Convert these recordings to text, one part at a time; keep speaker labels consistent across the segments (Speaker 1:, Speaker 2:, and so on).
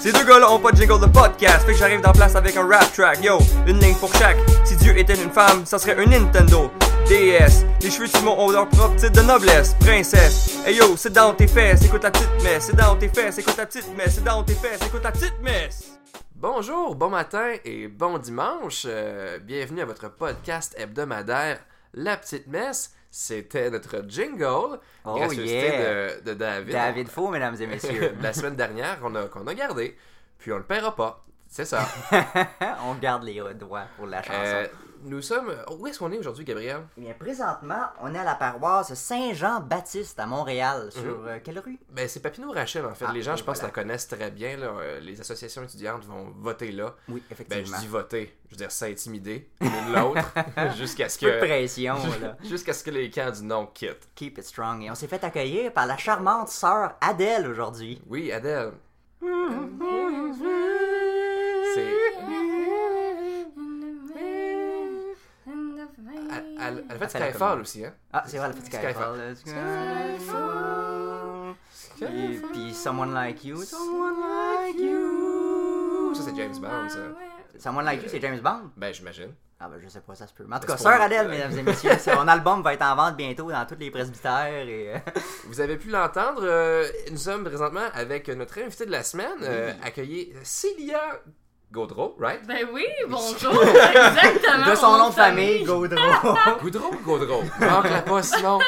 Speaker 1: Ces deux gars-là ont pas de jingle de podcast, fait que j'arrive d'en place avec un rap track. Yo, une ligne pour chaque. Si Dieu était une femme, ça serait un Nintendo. DS, les cheveux Simon ont leur propre titre de noblesse. Princesse, hey yo, c'est dans tes fesses, écoute la petite messe. C'est dans tes fesses, écoute la petite messe. C'est dans tes fesses, écoute la petite messe.
Speaker 2: Bonjour, bon matin et bon dimanche. Euh, bienvenue à votre podcast hebdomadaire La Petite Messe. C'était notre jingle.
Speaker 3: Oh
Speaker 2: gracieuseté
Speaker 3: yeah.
Speaker 2: de, de David.
Speaker 3: David Faux, mesdames et messieurs.
Speaker 2: la semaine dernière qu'on a, qu'on a gardé. Puis on le paiera pas. C'est ça.
Speaker 3: On garde les euh, droits pour la chanson.
Speaker 2: Euh, nous sommes. Où est-ce qu'on est aujourd'hui, Gabriel
Speaker 3: Eh Bien, présentement, on est à la paroisse Saint-Jean-Baptiste à
Speaker 2: Mhm.
Speaker 3: Montréal. Sur euh, quelle rue
Speaker 2: Ben, c'est Papineau Rachel, en fait.
Speaker 3: Ah,
Speaker 2: Les gens,
Speaker 3: oui,
Speaker 2: je pense,
Speaker 3: voilà.
Speaker 2: la connaissent très bien. là. Euh, Les associations étudiantes vont voter là.
Speaker 3: Oui,
Speaker 2: Ben,
Speaker 3: effectivement.
Speaker 2: je dis voter. Je veux dire, s'intimider l'une l'autre jusqu'à ce
Speaker 3: Peu de
Speaker 2: que.
Speaker 3: pression, là.
Speaker 2: Ah, Jusqu'à ce que les camps du non quittent.
Speaker 3: Keep it strong. Et on s'est fait accueillir par la charmante sœur Adèle aujourd'hui.
Speaker 2: Oui, Adèle. C'est. Elle, elle- elle fait
Speaker 3: fait la
Speaker 2: Skyfall
Speaker 3: commande.
Speaker 2: aussi, hein?
Speaker 3: Ah, c'est vrai, le petit
Speaker 2: Skyfall.
Speaker 3: Skyfall. Skyfall. Et puis Someone Like You.
Speaker 2: Ça, c'est James Bond, ça.
Speaker 4: Ah,
Speaker 3: Someone Like You, c'est James Bond.
Speaker 2: Ben, j'imagine.
Speaker 3: Ah ben je sais pas, ça se peut. Mais en tout
Speaker 2: Ben,
Speaker 3: cas,
Speaker 2: c'est pas
Speaker 3: sœur
Speaker 2: moi.
Speaker 3: Adèle, mesdames et messieurs, son album va être en vente bientôt dans tous les presbytères et... euh,
Speaker 2: Vous avez pu l'entendre, euh, nous sommes présentement avec notre invité de la semaine, euh, accueillie Célia Gaudreau, right?
Speaker 4: Ben oui, bonjour, exactement.
Speaker 3: De
Speaker 4: mon
Speaker 3: son nom de famille, Gaudreau.
Speaker 4: Ah.
Speaker 2: Goudreau ou Gaudreau? Manque la pas, sinon.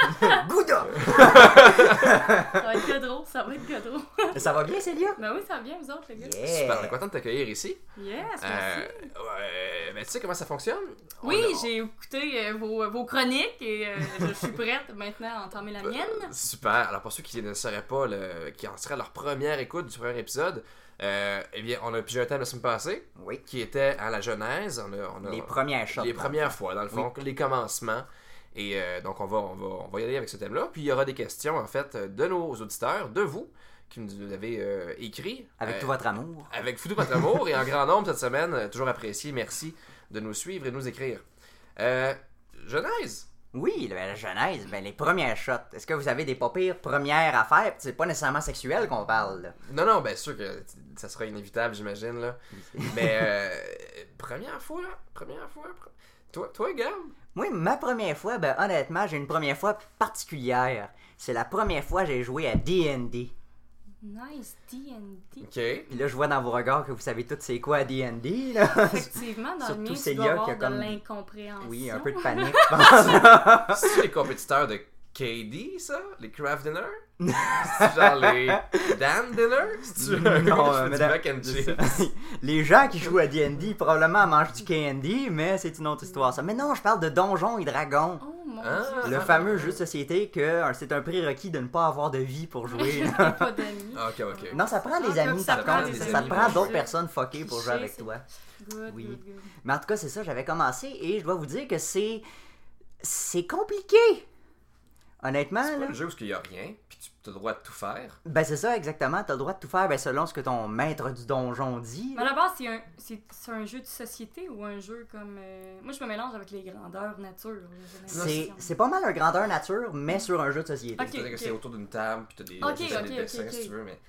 Speaker 3: Gouda!
Speaker 4: Ça va être Godreau, ça va être Godreau.
Speaker 3: Ça va bien, Célia?
Speaker 4: ben oui, ça va bien, vous autres, les gars.
Speaker 3: Yeah.
Speaker 2: Super, on est content de t'accueillir ici.
Speaker 4: Yes, Eh. merci.
Speaker 2: Euh, ouais, mais tu sais comment ça fonctionne? On
Speaker 4: oui,
Speaker 2: a-
Speaker 4: j'ai écouté euh, vos, vos chroniques et euh, je suis prête maintenant à entamer la mienne.
Speaker 2: Super. Alors pour ceux qui ne sauraient pas, le- qui en seraient à leur première écoute du premier épisode, euh, eh bien, on a pigé un thème la semaine passée
Speaker 3: Oui.
Speaker 2: qui était à la Genèse. On a, on a-
Speaker 3: Les premières shots.
Speaker 2: Ah. les premières fois, dans le fond, les commencements. Et euh, donc, on va, on, va, on va y aller avec ce thème-là. Puis, il y aura des questions, en fait, de nos auditeurs, de vous, qui nous avez euh, écrit.
Speaker 3: Avec
Speaker 2: Euh,
Speaker 3: tout votre amour.
Speaker 2: Avec tout votre amour et en grand nombre cette semaine. Euh, Toujours apprécié. Merci de nous suivre et de nous écrire. Euh, Genèse.
Speaker 3: Oui, ben, la Genèse, ben, les premières shots. Est-ce que vous avez des pas pires premières à faire? Puis C'est pas nécessairement sexuel qu'on parle. là.
Speaker 2: Non, non, bien sûr que ça sera inévitable, j'imagine, là. Mais, euh, première fois, première fois. pre- Toi, toi, Gab?
Speaker 3: Moi, ma première fois, ben honnêtement, j'ai une première fois particulière. C'est la première fois que j'ai joué à D&D.
Speaker 4: Nice D&D.
Speaker 2: OK.
Speaker 3: Puis là, je vois dans vos regards que vous savez toutes c'est quoi D&D, là.
Speaker 4: Effectivement, dans
Speaker 3: Surtout
Speaker 4: le mien, tu
Speaker 3: Célia
Speaker 4: dois
Speaker 3: qui a
Speaker 4: avoir
Speaker 3: comme-
Speaker 4: de l'incompréhension.
Speaker 3: Oui, un peu de panique, je pense.
Speaker 2: C'est les compétiteurs de KD, ça? Les Craft Dinner? C'est genre les Dan Dinner? C'est-tu
Speaker 3: Non, euh,
Speaker 2: du
Speaker 3: madame-
Speaker 2: mac and cheese?
Speaker 3: Les gens qui jouent à D&D, probablement, mangent du candy, mais c'est une autre histoire, ça. Mais non, je parle de Donjons et Dragons.
Speaker 4: Oh mon
Speaker 2: Ah.
Speaker 4: dieu,
Speaker 3: Le fameux jeu de société que euh, c'est un prérequis de ne pas avoir de vie pour jouer.
Speaker 4: j'ai pas d'amis.
Speaker 3: Ah,
Speaker 2: Ah, Ok, ok.
Speaker 3: non, ça prend des
Speaker 4: Ah,
Speaker 3: amis.
Speaker 4: ça
Speaker 3: par
Speaker 4: prend
Speaker 3: contre.
Speaker 2: des
Speaker 3: Ça
Speaker 2: amis,
Speaker 3: te prend
Speaker 2: oui.
Speaker 3: d'autres personnes fuckées pour jouer
Speaker 4: Cliché,
Speaker 3: avec
Speaker 4: c'est-
Speaker 3: toi.
Speaker 4: Good,
Speaker 3: Oui.
Speaker 4: good, good.
Speaker 3: Mais en tout cas, c'est ça, j'avais commencé et je dois vous dire que c'est. C'est compliqué! Honnêtement,
Speaker 2: C'est
Speaker 3: là.
Speaker 2: pas le jeu où il n'y a rien, puis tu as le droit de tout faire.
Speaker 3: Ben c'est ça, exactement. T'as le droit de tout faire ben, selon ce que ton maître du donjon dit.
Speaker 4: Mais à la base, c'est un, c'est, c'est un jeu de société ou un jeu comme. euh, Moi, je me mélange avec les grandeurs nature. là, j'ai
Speaker 3: C'est
Speaker 4: l'impression.
Speaker 3: c'est pas mal un grandeur nature, mais sur un jeu de société.
Speaker 4: Ok.
Speaker 2: C'est-à-dire que c'est autour d'une table, puis tu as des,
Speaker 4: Ok,
Speaker 2: t'as des
Speaker 4: ok,
Speaker 2: dessins
Speaker 4: ok, ok.
Speaker 2: si tu veux, mais.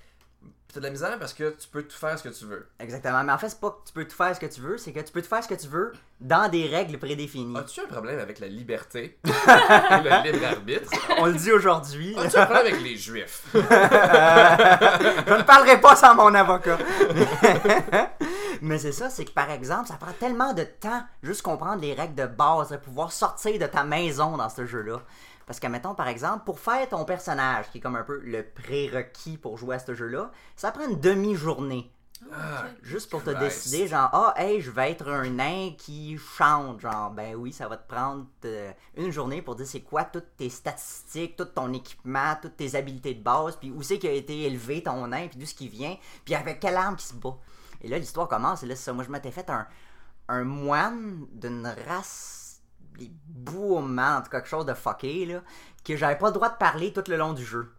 Speaker 2: T'as de la misère parce que tu peux tout faire ce que tu veux.
Speaker 3: Exactement. Mais en fait, c'est pas que tu peux tout faire ce que tu veux, c'est que tu peux tout faire ce que tu veux dans des règles prédéfinies.
Speaker 2: As-tu un problème avec la liberté et le libre arbitre?
Speaker 3: On le dit aujourd'hui.
Speaker 2: As-tu un problème avec les juifs?
Speaker 3: Je ne parlerai pas sans mon avocat. Mais c'est ça, c'est que par exemple, ça prend tellement de temps juste comprendre les règles de base et pouvoir sortir de ta maison dans ce jeu-là. Parce que, mettons, par exemple, pour faire ton personnage, qui est comme un peu le prérequis pour jouer à ce jeu-là, ça prend une demi-journée.
Speaker 2: Ah,
Speaker 3: Juste pour te
Speaker 2: Christ.
Speaker 3: décider, genre, ah, hey, je vais être un nain qui chante. Genre, ben oui, ça va te prendre euh, une journée pour dire c'est quoi toutes tes statistiques, tout ton équipement, toutes tes habiletés de base, puis où c'est qui a été élevé ton nain, puis d'où ce qui vient, puis avec quelle arme qui se bat. Et là, l'histoire commence, et là, c'est ça. Moi, je m'étais fait un, un moine d'une race. Les bourmans, en tout cas, quelque chose de fucké, là, que j'avais pas le droit de parler tout le long du jeu.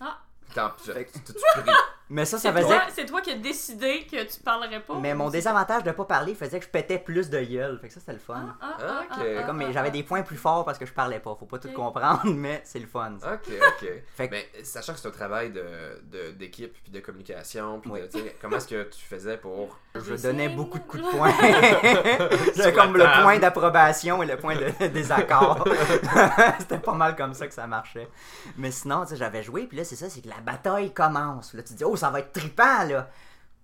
Speaker 4: Ah,
Speaker 2: T'as- tu- tu- tu pries.
Speaker 3: Mais ça, ça
Speaker 4: C'est
Speaker 3: faisait.
Speaker 4: toi, c'est toi qui as décidé que tu parlerais pas.
Speaker 3: Mais mon désavantage de pas parler faisait que je pétais plus de gueule. Fait que ça, c'était le fun.
Speaker 4: Ah, ah,
Speaker 2: Ah,
Speaker 4: ah,
Speaker 2: ok.
Speaker 4: ah,
Speaker 2: C'est
Speaker 3: Comme,
Speaker 4: ah,
Speaker 3: mais j'avais des points plus forts parce que je parlais pas. Faut pas tout
Speaker 4: Ok.
Speaker 3: comprendre, mais c'est le fun. ça.
Speaker 2: Ok, ok.
Speaker 3: Fait que-
Speaker 2: Mais sachant que c'est un travail d'équipe, de, d'équipe puis de communication, puis de,
Speaker 3: Oui.
Speaker 2: tu sais, comment est-ce que tu faisais pour.
Speaker 3: Je
Speaker 4: J'essaie,
Speaker 3: donnais beaucoup
Speaker 4: là.
Speaker 3: de coups de poing. J'avais comme le
Speaker 2: table.
Speaker 3: point d'approbation et le point de désaccord. C'était pas mal comme ça que ça marchait. Mais sinon, tu sais, j'avais joué, puis là, c'est ça, c'est que la bataille commence. Là, tu dis, oh, ça va être trippant, là.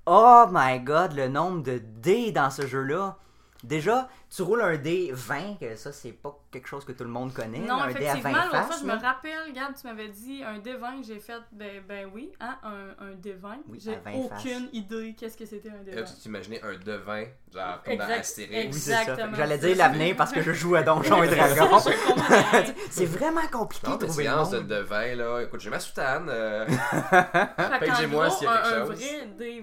Speaker 3: Oh my god, le nombre de dés dans ce jeu-là. Déjà, tu roules un dé 20, que ça, c'est pas quelque chose que tout le monde connaît.
Speaker 4: Non,
Speaker 3: là, un dé à 20
Speaker 4: effectivement, l'autre fois,
Speaker 3: faces,
Speaker 4: je me
Speaker 3: là.
Speaker 4: rappelle, Gab, tu m'avais dit un D20 que j'ai fait, ben, ben oui, hein, un, un D20.
Speaker 3: Oui,
Speaker 4: j'ai
Speaker 3: à 20
Speaker 4: aucune
Speaker 3: faces.
Speaker 4: idée qu'est-ce que c'était un
Speaker 2: Là, tu
Speaker 4: D20.
Speaker 2: t'imaginais un devin, genre comme dans
Speaker 4: Exact-
Speaker 2: Astérix.
Speaker 3: Oui, c'est ça. Fait que
Speaker 4: Exactement.
Speaker 3: J'allais dire l'avenir parce que je joue à Donjons et Dragons.
Speaker 4: Je comprends rien.
Speaker 3: c'est vraiment
Speaker 2: Genre,
Speaker 3: compliqué de
Speaker 2: t'as une
Speaker 3: trouver le
Speaker 2: séance de
Speaker 3: monde.
Speaker 2: devin, là. Écoute, j'ai ma soutane. euh,
Speaker 4: Fait qu'en
Speaker 2: Pagez-moi
Speaker 4: gros,
Speaker 2: ah, s'il y a
Speaker 4: un-
Speaker 2: quelque
Speaker 4: un
Speaker 2: chose.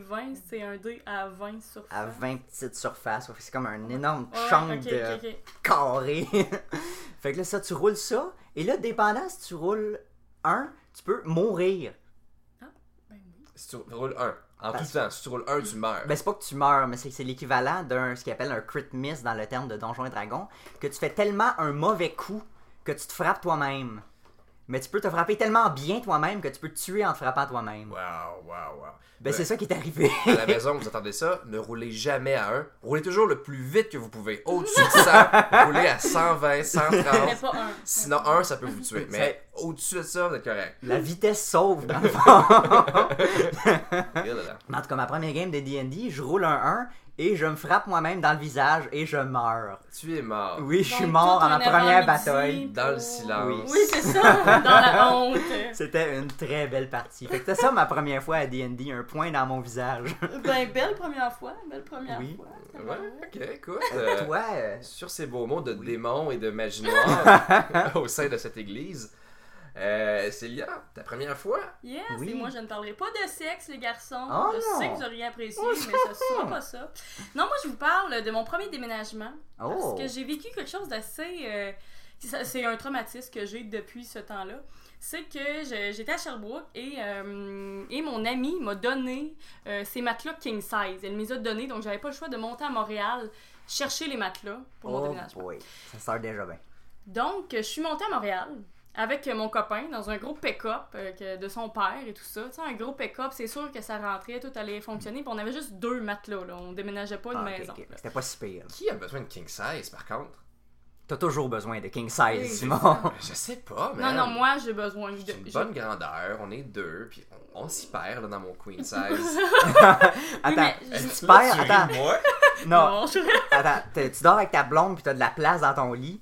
Speaker 4: vrai D20, c'est un D à 20 sur
Speaker 3: à
Speaker 4: 100.
Speaker 3: 20 petites surfaces. Fait que C'est comme un énorme
Speaker 4: Ouais,
Speaker 3: champ
Speaker 4: ok,
Speaker 3: de
Speaker 4: ok, ok.
Speaker 3: carré. fait que là, ça, tu roules ça. Et là, dépendant si tu roules un, tu peux mourir.
Speaker 4: Ben oui.
Speaker 2: si tu roules un, en
Speaker 3: Parce-
Speaker 2: tout temps, si tu roules un, tu meurs.
Speaker 3: Ben, c'est pas que tu meurs, mais c'est que c'est l'équivalent d'un ce qu'ils appelle un crit miss dans le terme de Donjons et Dragons, que tu fais tellement un mauvais coup que tu te frappes toi-même. Mais tu peux te frapper tellement bien toi-même que tu peux te tuer en te frappant toi-même.
Speaker 2: Waouh, waouh, waouh.
Speaker 3: Ben,
Speaker 2: Ouais.
Speaker 3: c'est ça qui est arrivé.
Speaker 2: Euh, à la maison, vous entendez ça, ne roulez jamais à 1. Roulez toujours le plus vite que vous pouvez. Au-dessus de 100, roulez à 120, 130.
Speaker 3: Ah.
Speaker 4: Mais pas un.
Speaker 2: Sinon, 1, ça peut vous tuer. Mais au-dessus de ça, vous êtes correct.
Speaker 3: la vitesse sauve, dans le fond.
Speaker 2: Regarde là.
Speaker 3: Mais En tout cas, ma première game de D&D, je roule un 1 et je me frappe moi-même dans le visage et je meurs.
Speaker 2: Tu es mort.
Speaker 3: Oui, je suis
Speaker 4: Donc,
Speaker 3: mort
Speaker 4: tout
Speaker 3: à ma
Speaker 4: un
Speaker 3: première
Speaker 4: avant-midi
Speaker 3: bataille.
Speaker 4: pour-
Speaker 2: Dans le silence.
Speaker 3: Oui.
Speaker 4: Oui, c'est ça, dans la honte.
Speaker 3: C'était une très belle partie. Fait que c'était ça ma première fois à D&D, un point dans mon visage.
Speaker 4: Ben, belle première fois, belle première
Speaker 3: Oui.
Speaker 4: fois.
Speaker 2: Ouais, ok, écoute. euh,
Speaker 3: Toi, euh,
Speaker 2: sur ces beaux mots de démons et de magie noire au sein de cette église, euh, Célia, ta première fois,
Speaker 4: Yes,
Speaker 3: Oui.
Speaker 4: et moi je ne parlerai pas de sexe, les garçons.
Speaker 3: Oh non.
Speaker 4: je
Speaker 3: Oh
Speaker 4: sais que vous auriez apprécié, mais ça ne sera pas ça. Non, moi je vous parle de mon premier déménagement.
Speaker 3: oh,
Speaker 4: Parce Ah, que j'ai vécu quelque chose d'assez. euh, ça- c'est un traumatisme que j'ai depuis ce temps-là. C'est que je- j'étais à Sherbrooke et, euh, et mon ami m'a donné euh, ces matelas king size. Elle me les a donnés, donc j'avais pas le choix de monter à Montréal chercher les matelas pour mon
Speaker 3: oh
Speaker 4: déménagement.
Speaker 3: boy, ça sort déjà bien.
Speaker 4: Donc, je suis montée à Montréal avec mon copain dans un gros pick-up euh, que- de son père et tout ça. Tu sais, un gros pick-up, c'est sûr que ça rentrait, tout allait fonctionner. Puis on avait juste deux matelas, là. on déménageait pas une
Speaker 3: Ah, ok,
Speaker 4: maison.
Speaker 3: ok.
Speaker 4: là.
Speaker 3: C'était pas si pire.
Speaker 2: qui a besoin de king size par contre
Speaker 3: T'as toujours besoin de king
Speaker 4: Oui,
Speaker 3: size,
Speaker 4: c'est
Speaker 3: Simon.
Speaker 4: ça.
Speaker 2: Je sais pas, mais.
Speaker 4: Non,
Speaker 3: Ben,
Speaker 4: non, moi j'ai besoin de.
Speaker 2: J'ai une
Speaker 4: j'ai-
Speaker 2: bonne grandeur, on est deux, puis on, on s'y perd là, dans mon queen size.
Speaker 4: Oui,
Speaker 3: Attends,
Speaker 4: mais
Speaker 3: tu
Speaker 4: je-
Speaker 3: te perds, attends,
Speaker 2: moi
Speaker 3: non,
Speaker 4: Non, je-
Speaker 3: attends, t'es- tu dors avec ta blonde puis t'as de la place dans ton lit.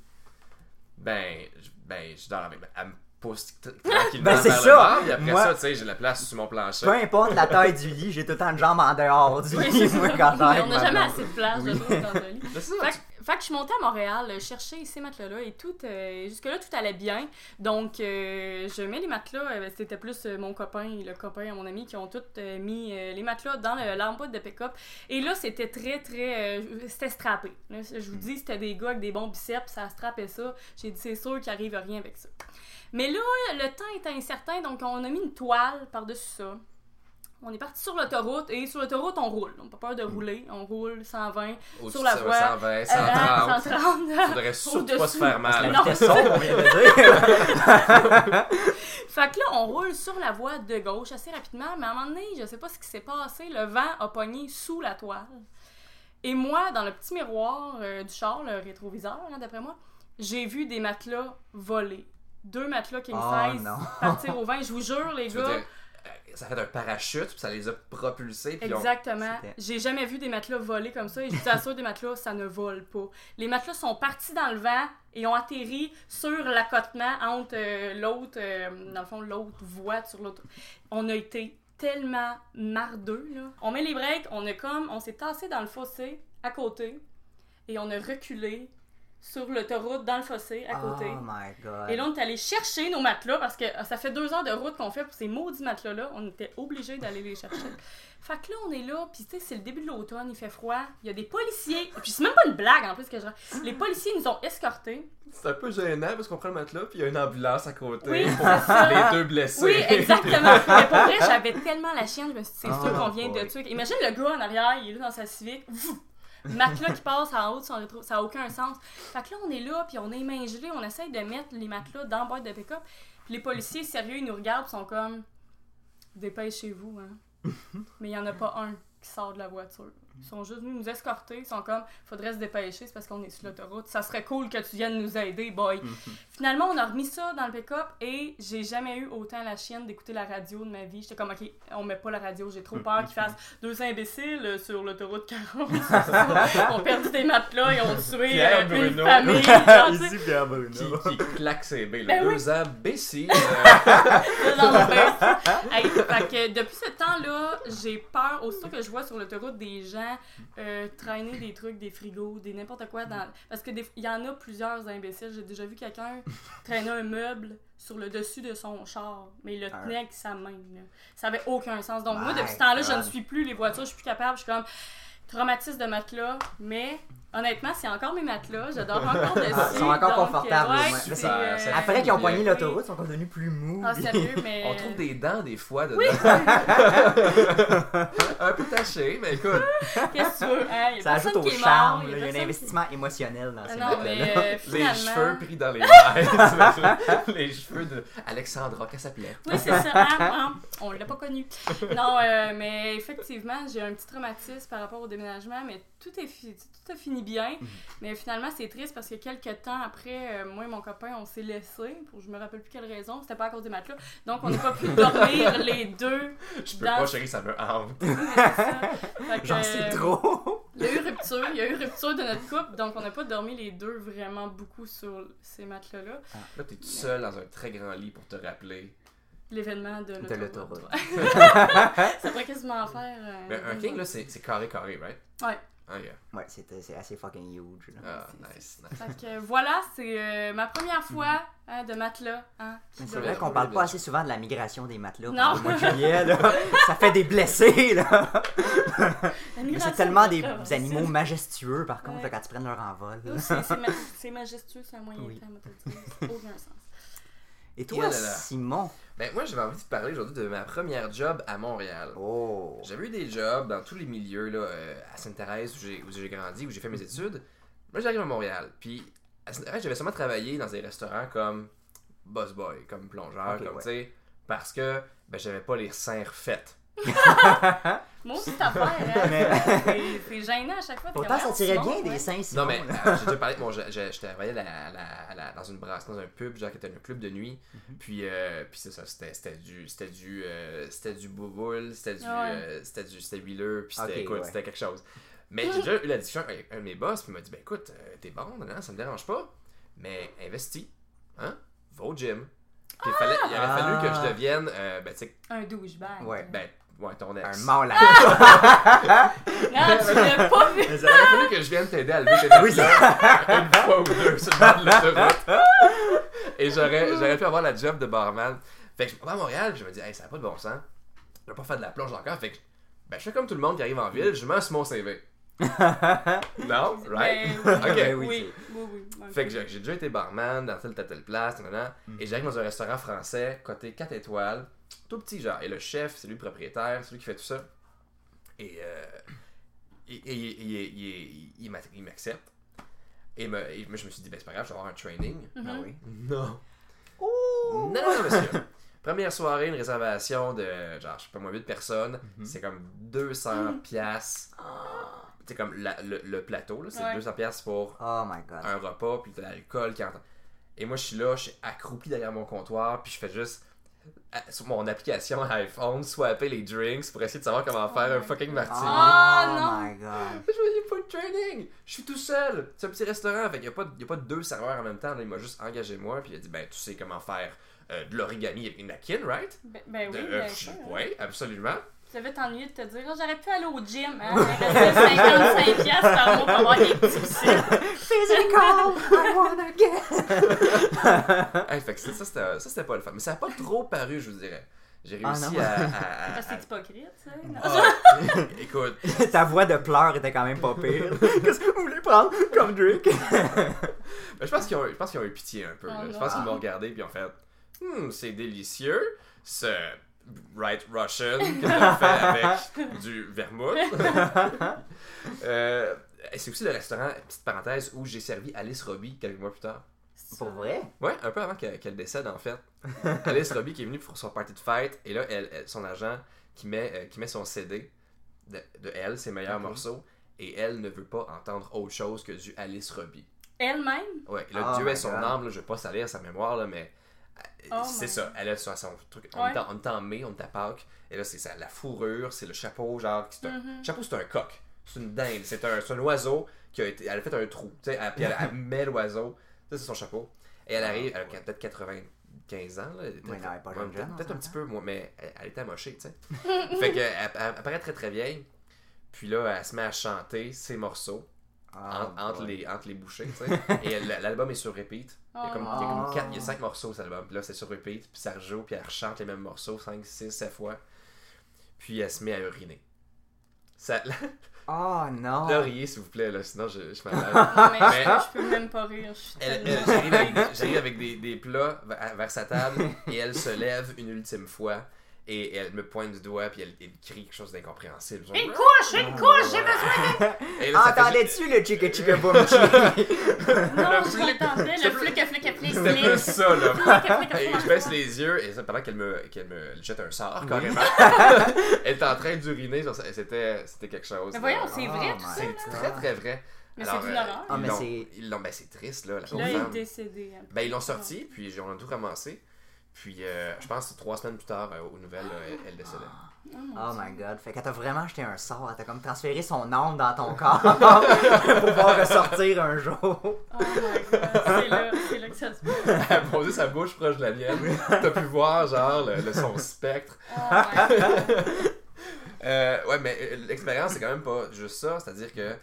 Speaker 2: Ben, je- ben, je dors avec. Elle me pousse t- tranquillement.
Speaker 3: Ben, c'est
Speaker 2: vers le
Speaker 3: ça.
Speaker 2: bord, puis après
Speaker 3: Moi-
Speaker 2: ça, tu sais, j'ai la place sur mon plancher.
Speaker 3: Peu importe la taille du lit, j'ai tout le temps une jambe en dehors du
Speaker 4: Oui,
Speaker 3: lit,
Speaker 4: c'est
Speaker 3: moi,
Speaker 4: ça.
Speaker 3: quand je dors
Speaker 4: Mais
Speaker 3: avec
Speaker 4: on
Speaker 3: ma
Speaker 4: n'a jamais
Speaker 3: blonde.
Speaker 4: assez de place, je
Speaker 3: Oui.
Speaker 4: trouve, dans le lit.
Speaker 2: Mais c'est ça,
Speaker 4: Fait, que- fait que je suis montée à Montréal euh, chercher ces matelas-là et tout. euh, Jusque-là, tout allait bien. Donc, euh, je mets les matelas. euh, C'était plus euh, mon copain et le copain à mon ami qui ont tous euh, mis euh, les matelas dans le- l'armboîte de pick-up. Et là, c'était très, très. euh, c'était strappé. Là, je vous dis, c'était des gars avec des bons biceps, ça strappait ça. J'ai dit, c'est sûr qu'il arrive rien avec ça. Mais là, le temps est incertain, donc on a mis une toile par-dessus ça. On est parti sur l'autoroute et sur l'autoroute, on roule. On n'a pas peur de rouler. On roule 120,
Speaker 2: Au-dessus
Speaker 4: sur la
Speaker 2: de
Speaker 4: voie,
Speaker 2: 120, 130.
Speaker 4: 130. 130.
Speaker 2: Faudrait surtout pas
Speaker 4: Au-dessus.
Speaker 2: se faire mal.
Speaker 4: Non.
Speaker 3: C'était sombre, on vient de dire.
Speaker 4: Fait que là, on roule sur la voie de gauche assez rapidement, mais à un moment donné, je sais pas ce qui s'est passé, le vent a pogné sous la toile. Et moi, dans le petit miroir euh, du char, le rétroviseur, hein, d'après moi, j'ai vu des matelas voler. Deux matelas king
Speaker 3: Oh,
Speaker 4: size
Speaker 3: non.
Speaker 4: partir au vent. Je vous jure, les
Speaker 2: Je veux
Speaker 4: gars,
Speaker 2: dire, euh, ça fait un parachute, puis ça les a propulsés, puis on-
Speaker 4: Exactement.
Speaker 3: C'était-
Speaker 4: J'ai jamais vu des matelas voler comme ça et je vous assure, des matelas, ça ne vole pas. Les matelas sont partis dans le vent et ont atterri sur l'accotement entre euh, l'autre, euh, dans le fond, l'autre voie sur l'autre. On a été tellement mardeux, là. On met les breaks, on est comme, on s'est tassé dans le fossé à côté et on a reculé sur l'autoroute, dans le fossé, à côté.
Speaker 3: Oh my god.
Speaker 4: Et là, on est allé chercher nos matelas parce que ah, ça fait deux heures de route qu'on fait pour ces maudits matelas-là. On était obligés d'aller les chercher. Fait que là, on est là, puis tu sais, c'est le début de l'automne, il fait froid, il y a des policiers. Et puis c'est même pas une blague en plus que je. Les policiers nous ont escortés.
Speaker 2: C'est un peu gênant parce qu'on prend le matelas puis il y a une ambulance à côté
Speaker 4: Oui,
Speaker 2: pour
Speaker 4: c'est ça.
Speaker 2: les deux blessés.
Speaker 4: Oui, exactement. Mais pour vrai, j'avais tellement la chienne, je me suis dit, c'est
Speaker 2: Oh
Speaker 4: sûr qu'on vient de
Speaker 2: boy.
Speaker 4: tuer. Imagine le gars en arrière, il est là dans sa civique. Vouf! Matelas qui passe en haut de son rétro, ça n'a aucun sens. Fait que là, on est là, puis on est main gelée, on essaye de mettre les matelas dans la boîte de pick-up. Puis les policiers, sérieux, ils nous regardent, puis sont comme, dépêchez-vous, hein. Mais il n'y en a pas un qui sort de la voiture. Ils sont juste venus nous escorter, ils sont comme, faudrait se dépêcher, c'est parce qu'on est sur l'autoroute. Ça serait cool que tu viennes nous aider, boy.
Speaker 2: Mhm.
Speaker 4: Finalement, on a remis ça dans le pick-up et j'ai jamais eu autant la chienne d'écouter la radio de ma vie. J'étais comme, ok, on met pas la radio, j'ai trop peur qu'ils fassent
Speaker 2: Mhm.
Speaker 4: deux imbéciles euh, sur l'autoroute 40. on perdu des matelas et on tué
Speaker 2: Pierre
Speaker 4: euh, une
Speaker 2: Bruno.
Speaker 4: famille. genre, tu sais.
Speaker 5: Ici Pierre Bruno.
Speaker 2: Qui, qui claque ses Euh, baies.
Speaker 4: Ben
Speaker 2: deux
Speaker 4: oui.
Speaker 2: ans bécile.
Speaker 4: Non, non, ben, hey, fait que depuis ce temps-là, j'ai peur, aussitôt que je vois sur l'autoroute des gens euh, traîner des trucs, des frigos, des n'importe quoi. Dans... Parce qu'il y en a plusieurs imbéciles. J'ai déjà vu quelqu'un traîner un meuble sur le dessus de son char, mais il le tenait avec sa main. là. Ça avait aucun sens. Donc, moi,
Speaker 3: Ah. My
Speaker 4: depuis ce temps-là, je ne
Speaker 3: God.
Speaker 4: suis plus les voitures, je suis plus capable. Je suis comme traumatisme de matelas, mais. Honnêtement, c'est encore mes matelas, je dors encore dessus.
Speaker 3: ils sont encore
Speaker 4: donc, euh,
Speaker 3: confortables,
Speaker 4: ouais,
Speaker 3: au moins.
Speaker 4: c'est,
Speaker 3: Mais
Speaker 2: ça-
Speaker 4: euh,
Speaker 2: ça-
Speaker 3: Après qu'ils ont poigné
Speaker 4: oui.
Speaker 3: l'autoroute, ils sont devenus plus mous.
Speaker 4: Ah, sérieux, mais.
Speaker 2: On trouve des dents des fois dedans.
Speaker 4: Oui!
Speaker 2: Un peu taché, mais écoute.
Speaker 4: Qu'est-ce que tu veux? Hein? Il y a
Speaker 3: Ça ajoute
Speaker 4: personne
Speaker 3: au
Speaker 4: qui est mort,
Speaker 3: charme, là, il y a un
Speaker 4: personne
Speaker 3: investissement émotionnel dans
Speaker 4: qui- Ah
Speaker 3: ces
Speaker 4: Non,
Speaker 3: matelas-là.
Speaker 4: mais euh,
Speaker 2: Les
Speaker 4: finalement...
Speaker 2: cheveux pris dans les airs. t'imagines? les cheveux de Alexandra, qu'elle s'appelait.
Speaker 4: Oui, c'est ça. hein, hein. On l'a pas connu. Non, euh, mais effectivement, j'ai un petit traumatisme par rapport au déménagement, mais tout, est fi- tout a fini bien.
Speaker 3: Mhm.
Speaker 4: Mais finalement, c'est triste parce que quelques temps après, euh, moi et mon copain, on s'est laissés, pour je me rappelle plus quelle raison, c'était pas à cause des matelas. Donc, on n'a pas pu dormir les deux.
Speaker 2: Je peux
Speaker 4: Dans-
Speaker 2: pas, chérie, ça me hante.
Speaker 4: Fait que,
Speaker 3: J'en sais
Speaker 4: euh,
Speaker 3: trop.
Speaker 4: Il y a eu rupture, il y a eu rupture de notre couple, donc on n'a pas dormi les deux vraiment beaucoup sur ces matelas-là.
Speaker 2: Là, t'es tout seul dans un très grand lit pour te rappeler.
Speaker 4: L'événement de
Speaker 3: De
Speaker 4: l'autoroute.
Speaker 3: l'autoroute.
Speaker 4: ça pourrait quasiment faire. euh,
Speaker 2: Mais Mm. Ben, un king, là, c'est c'est carré-carré, right?
Speaker 4: Ouais.
Speaker 2: Ah, yeah.
Speaker 3: Ouais, c'est c'est assez fucking huge. là.
Speaker 2: Ah,
Speaker 4: C'est-
Speaker 2: nice, nice.
Speaker 4: Fait que euh, voilà, c'est euh, ma première fois
Speaker 2: Mm.
Speaker 4: hein, de matelas. Hein, qui
Speaker 3: Mais C'est
Speaker 4: dort.
Speaker 3: vrai qu'on parle pas assez souvent de la migration des matelas.
Speaker 4: Non.
Speaker 3: pendant le mois de juillet, là. Ça fait des blessés, là.
Speaker 4: La
Speaker 3: Mais
Speaker 4: migration
Speaker 3: C'est tellement des
Speaker 4: matelas,
Speaker 3: des animaux majestueux, par contre,
Speaker 4: Ouais.
Speaker 3: là, quand ils prennent leur envol. là.
Speaker 4: c'est- c'est- c'est ma- C'est majestueux, c'est un moyen
Speaker 3: Oui.
Speaker 4: temps, moi, te le dire. Ça n'a Aucun sens.
Speaker 3: Et
Speaker 2: Et là,
Speaker 3: toi,
Speaker 2: là, là.
Speaker 3: Simon?
Speaker 2: Ben, moi, j'avais envie de te parler aujourd'hui de ma première job à Montréal.
Speaker 3: Oh.
Speaker 2: J'avais eu des jobs dans tous les milieux, là, euh, à Sainte-Thérèse, où j'ai- où j'ai grandi, où j'ai fait mes
Speaker 3: Mm-hmm.
Speaker 2: études. Moi, j'arrive à Montréal. Puis, à Sainte-Thérèse, j'avais seulement travaillé dans des restaurants comme boss boy, comme plongeur,
Speaker 3: Ok,
Speaker 2: comme,
Speaker 3: ouais.
Speaker 2: tu sais, parce que, ben, j'avais pas les seins refaits.
Speaker 4: Moi aussi, t'as affaire. Hein, c'est gênant à chaque fois. t'es
Speaker 3: Pourtant,
Speaker 4: comme,
Speaker 3: ça
Speaker 4: ah,
Speaker 3: tirait
Speaker 4: Simon,
Speaker 3: bien
Speaker 4: ouais.
Speaker 3: des seins, Simon.
Speaker 2: Non, mais
Speaker 3: là.
Speaker 2: euh, j'ai déjà parlé de mon. Je, je- je travaillais à la- à la- à la- dans une brasse, dans un pub, genre qui était un club de nuit.
Speaker 3: Mhm.
Speaker 2: Puis, euh, puis c'est ça, c'était c'était du. C'était du. euh, c'était du bouboule, c'était du.
Speaker 4: Ouais.
Speaker 2: euh, c'était du. C'était huileux, puis c'était.
Speaker 3: Ok,
Speaker 2: écoute,
Speaker 3: ouais.
Speaker 2: c'était quelque chose. Mais j'ai déjà eu la discussion avec un de mes boss, puis il m'a dit Ben écoute, euh, t'es bon, non, ça me dérange pas, mais investis, hein, va au gym. Puis il, fallait, il aurait fallu que je
Speaker 3: Ah!
Speaker 2: devienne. euh, ben, tu sais,
Speaker 4: Un douchebag.
Speaker 3: Ouais.
Speaker 2: ben, ouais, ton ex.
Speaker 3: Un mâle à
Speaker 4: Non, tu l'as pas vu.
Speaker 2: Il aurait fallu que je vienne t'aider à lever tes matelas une fois ou deux sur le bord de l'autoroute. Et j'aurais, j'aurais pu avoir la job de barman. Fait que je me rends à Montréal, puis je me dis, hey, ça n'a pas de bon sens. Je vais pas faire de la plonge encore. Fait que ben, je fais comme tout le monde qui arrive en ville, je mets sur mon CV. non, right?
Speaker 4: Ben,
Speaker 2: Ok.
Speaker 3: Ben
Speaker 4: oui,
Speaker 3: oui,
Speaker 4: oui, oui. oui.
Speaker 2: Fait que j'ai, j'ai déjà été barman dans telle, telle, telle place, nanana. et j'arrive dans un restaurant français, côté 4 étoiles, tout petit genre. Et le chef, c'est lui le propriétaire, c'est lui qui fait tout ça. Et, euh, et, et- et- et- et- il m'a- il m'accepte. Et, me, et moi, je me suis dit, ben c'est pas grave, je vais avoir un training.
Speaker 3: Ah oui.
Speaker 2: Non. Non, non, non, monsieur. Première soirée, une réservation de genre, je sais pas moi, 8 personnes. C'est comme 200 piastres. C'est comme la- le, le plateau, là, c'est
Speaker 4: Ouais.
Speaker 2: 200 piastres pour
Speaker 3: Oh my god.
Speaker 2: un repas, puis de l'alcool qui rentre. Et moi, je suis là, je suis accroupi derrière mon comptoir, puis je fais juste à- sur mon application iPhone, swapper les drinks pour essayer de savoir comment faire un
Speaker 4: Oh my
Speaker 2: fucking
Speaker 4: God.
Speaker 2: martini.
Speaker 4: Ah,
Speaker 3: oh
Speaker 4: non.
Speaker 3: my god.
Speaker 2: Je me dis, pas de training! Je suis tout seul! C'est un petit restaurant, fait qu'il n'y a, pas- il y a pas deux serveurs en même temps. là. il m'a juste engagé moi, puis il a dit, ben, tu sais comment faire euh, de l'origami avec une napkin, right?
Speaker 4: Ben, ben
Speaker 2: De-
Speaker 4: oui,
Speaker 2: euh,
Speaker 4: bien
Speaker 2: je-
Speaker 4: sûr.
Speaker 2: ouais, absolument.
Speaker 4: Tu devais t'ennuyer de te dire, Ah, j'aurais pu aller au gym, hein. Il restait 55 piastres par mois pour avoir des difficiles.
Speaker 3: Physical, I wanna get. Hein?
Speaker 2: Hey, fait que ça, ça, c'était- ça, c'était pas le fun. Mais ça a pas trop paru, je vous dirais. J'ai
Speaker 3: Ah,
Speaker 2: réussi
Speaker 3: non.
Speaker 2: à. à- à-
Speaker 4: Parce que c'est hypocrite, tu sais. Non.
Speaker 2: Ah, écoute,
Speaker 3: Ta voix de pleurs était quand même pas pire. Qu'est-ce que vous voulez prendre comme drink?
Speaker 2: Ben, je pense qu'ils ont, je pense qu'ils ont eu pitié un peu. là.
Speaker 4: Oh
Speaker 2: je pense qu'ils
Speaker 4: non.
Speaker 2: m'ont regardé puis ils ont fait Hum, c'est délicieux, ce Right Russian que t'as fait avec du vermouth. Euh, et c'est aussi le restaurant, petite parenthèse, où j'ai servi Alice Robbie quelques mois plus tard.
Speaker 3: Pour vrai?
Speaker 2: Ouais, un peu avant qu'elle qu'elle décède, en fait. Alice Robbie qui est venue pour son party de fête, et là, elle, elle- son agent qui met, euh, qui met son CD de, de elle, ses meilleurs
Speaker 3: Ok.
Speaker 2: morceaux, et elle ne veut pas entendre autre chose que du Alice Robbie.
Speaker 4: Elle-même?
Speaker 2: Ouais, et là,
Speaker 3: Oh
Speaker 2: Dieu est
Speaker 3: my
Speaker 2: son
Speaker 3: God.
Speaker 2: âme, là, je vais pas salir sa mémoire, là, mais euh,
Speaker 4: Oh
Speaker 2: c'est
Speaker 4: my
Speaker 2: ça, elle a son, son truc. On,
Speaker 4: Ouais.
Speaker 2: est en, on est en mai, on est à Pâques, et là, c'est ça, la fourrure, c'est le chapeau, genre, c'est un,
Speaker 4: Mhm.
Speaker 2: chapeau, c'est un coq, c'est une dinde, c'est un, c'est un oiseau qui a été, elle a fait un trou, tu sais, elle- puis elle, elle met l'oiseau, ça, c'est son chapeau, et elle arrive, elle a peut-être 95 ans, là,
Speaker 3: Ah, non, elle est pas jeune,
Speaker 2: peut-être
Speaker 3: jeune,
Speaker 2: peut-être
Speaker 3: on
Speaker 2: un petit peu, moi, mais elle, elle était amochée, tu sais. fait qu'elle elle, elle paraît très très vieille, puis là, elle se met à chanter ses morceaux, en-
Speaker 3: Ah,
Speaker 2: entre,
Speaker 3: boy.
Speaker 2: les, entre les bouchées, tu sais. Et l- l'album est sur repeat. Il y a comme, il y a comme
Speaker 3: Oh.
Speaker 2: quatre- il y a cinq morceaux cet album. Puis là, c'est sur repeat, puis ça rejoue, puis elle rechante les mêmes morceaux 5, 6, 7 fois. Puis elle se met à uriner. Ça,
Speaker 3: Oh non!
Speaker 2: là, riez, s'il vous plaît, là, sinon je, je m'en
Speaker 4: Non, mais
Speaker 2: Mais-
Speaker 4: je, je peux même pas rire. Je suis
Speaker 2: Ben. Elle- elle-
Speaker 4: tellement-
Speaker 2: J'arrive avec, j'arrive avec des, des plats vers, vers sa table et elle se lève une ultime fois et elle me pointe du doigt puis elle, elle crie quelque chose d'incompréhensible. genre,
Speaker 4: Une couche! Une couche! J'ai besoin!
Speaker 2: Et là, ça fait-
Speaker 3: Entendais-tu le chicka chicka boom chi?
Speaker 4: Non,
Speaker 2: Le
Speaker 4: je
Speaker 2: flic-
Speaker 4: l'entendais.
Speaker 2: c'est
Speaker 4: Le
Speaker 2: plus-
Speaker 4: flic, flic, flic, flic,
Speaker 2: C'était plus
Speaker 4: flic.
Speaker 2: ça, là. Et je baisse
Speaker 4: Flic,
Speaker 2: les yeux et ça pendant qu'elle me, qu'elle me jette un sort carrément. elle est en train d'uriner, genre, ça- c'était, c'était quelque chose.
Speaker 4: Mais voyons,
Speaker 2: là. Ah,
Speaker 4: c'est
Speaker 3: Oh
Speaker 4: vrai, tout ça.
Speaker 2: c'est très très vrai. euh,
Speaker 4: Mais c'est de l'horreur.
Speaker 3: Ah, mais
Speaker 2: ils l'ont-
Speaker 3: c'est-
Speaker 2: ils l'ont- ben, c'est triste là. La
Speaker 4: Puis
Speaker 2: pauvre
Speaker 4: là, il est
Speaker 2: femme.
Speaker 4: décédé. après.
Speaker 2: Ben ils l'ont sorti, puis j'ai- on a tout ramassé. Puis euh, je pense que trois semaines plus tard, euh, aux nouvelles, euh, elle, elle décédait.
Speaker 3: Oh my god, fait qu'elle t'a vraiment jeté un sort, elle t'a comme transféré son âme dans ton corps pour pouvoir ressortir un jour.
Speaker 4: Oh my god, c'est là, c'est là que ça se passe.
Speaker 2: elle a posé sa bouche proche de la mienne. T'as pu voir genre le- le- son spectre.
Speaker 4: Oh my god.
Speaker 2: Euh, ouais, mais euh, l'expérience, c'est quand même pas juste ça. C'est-à-dire que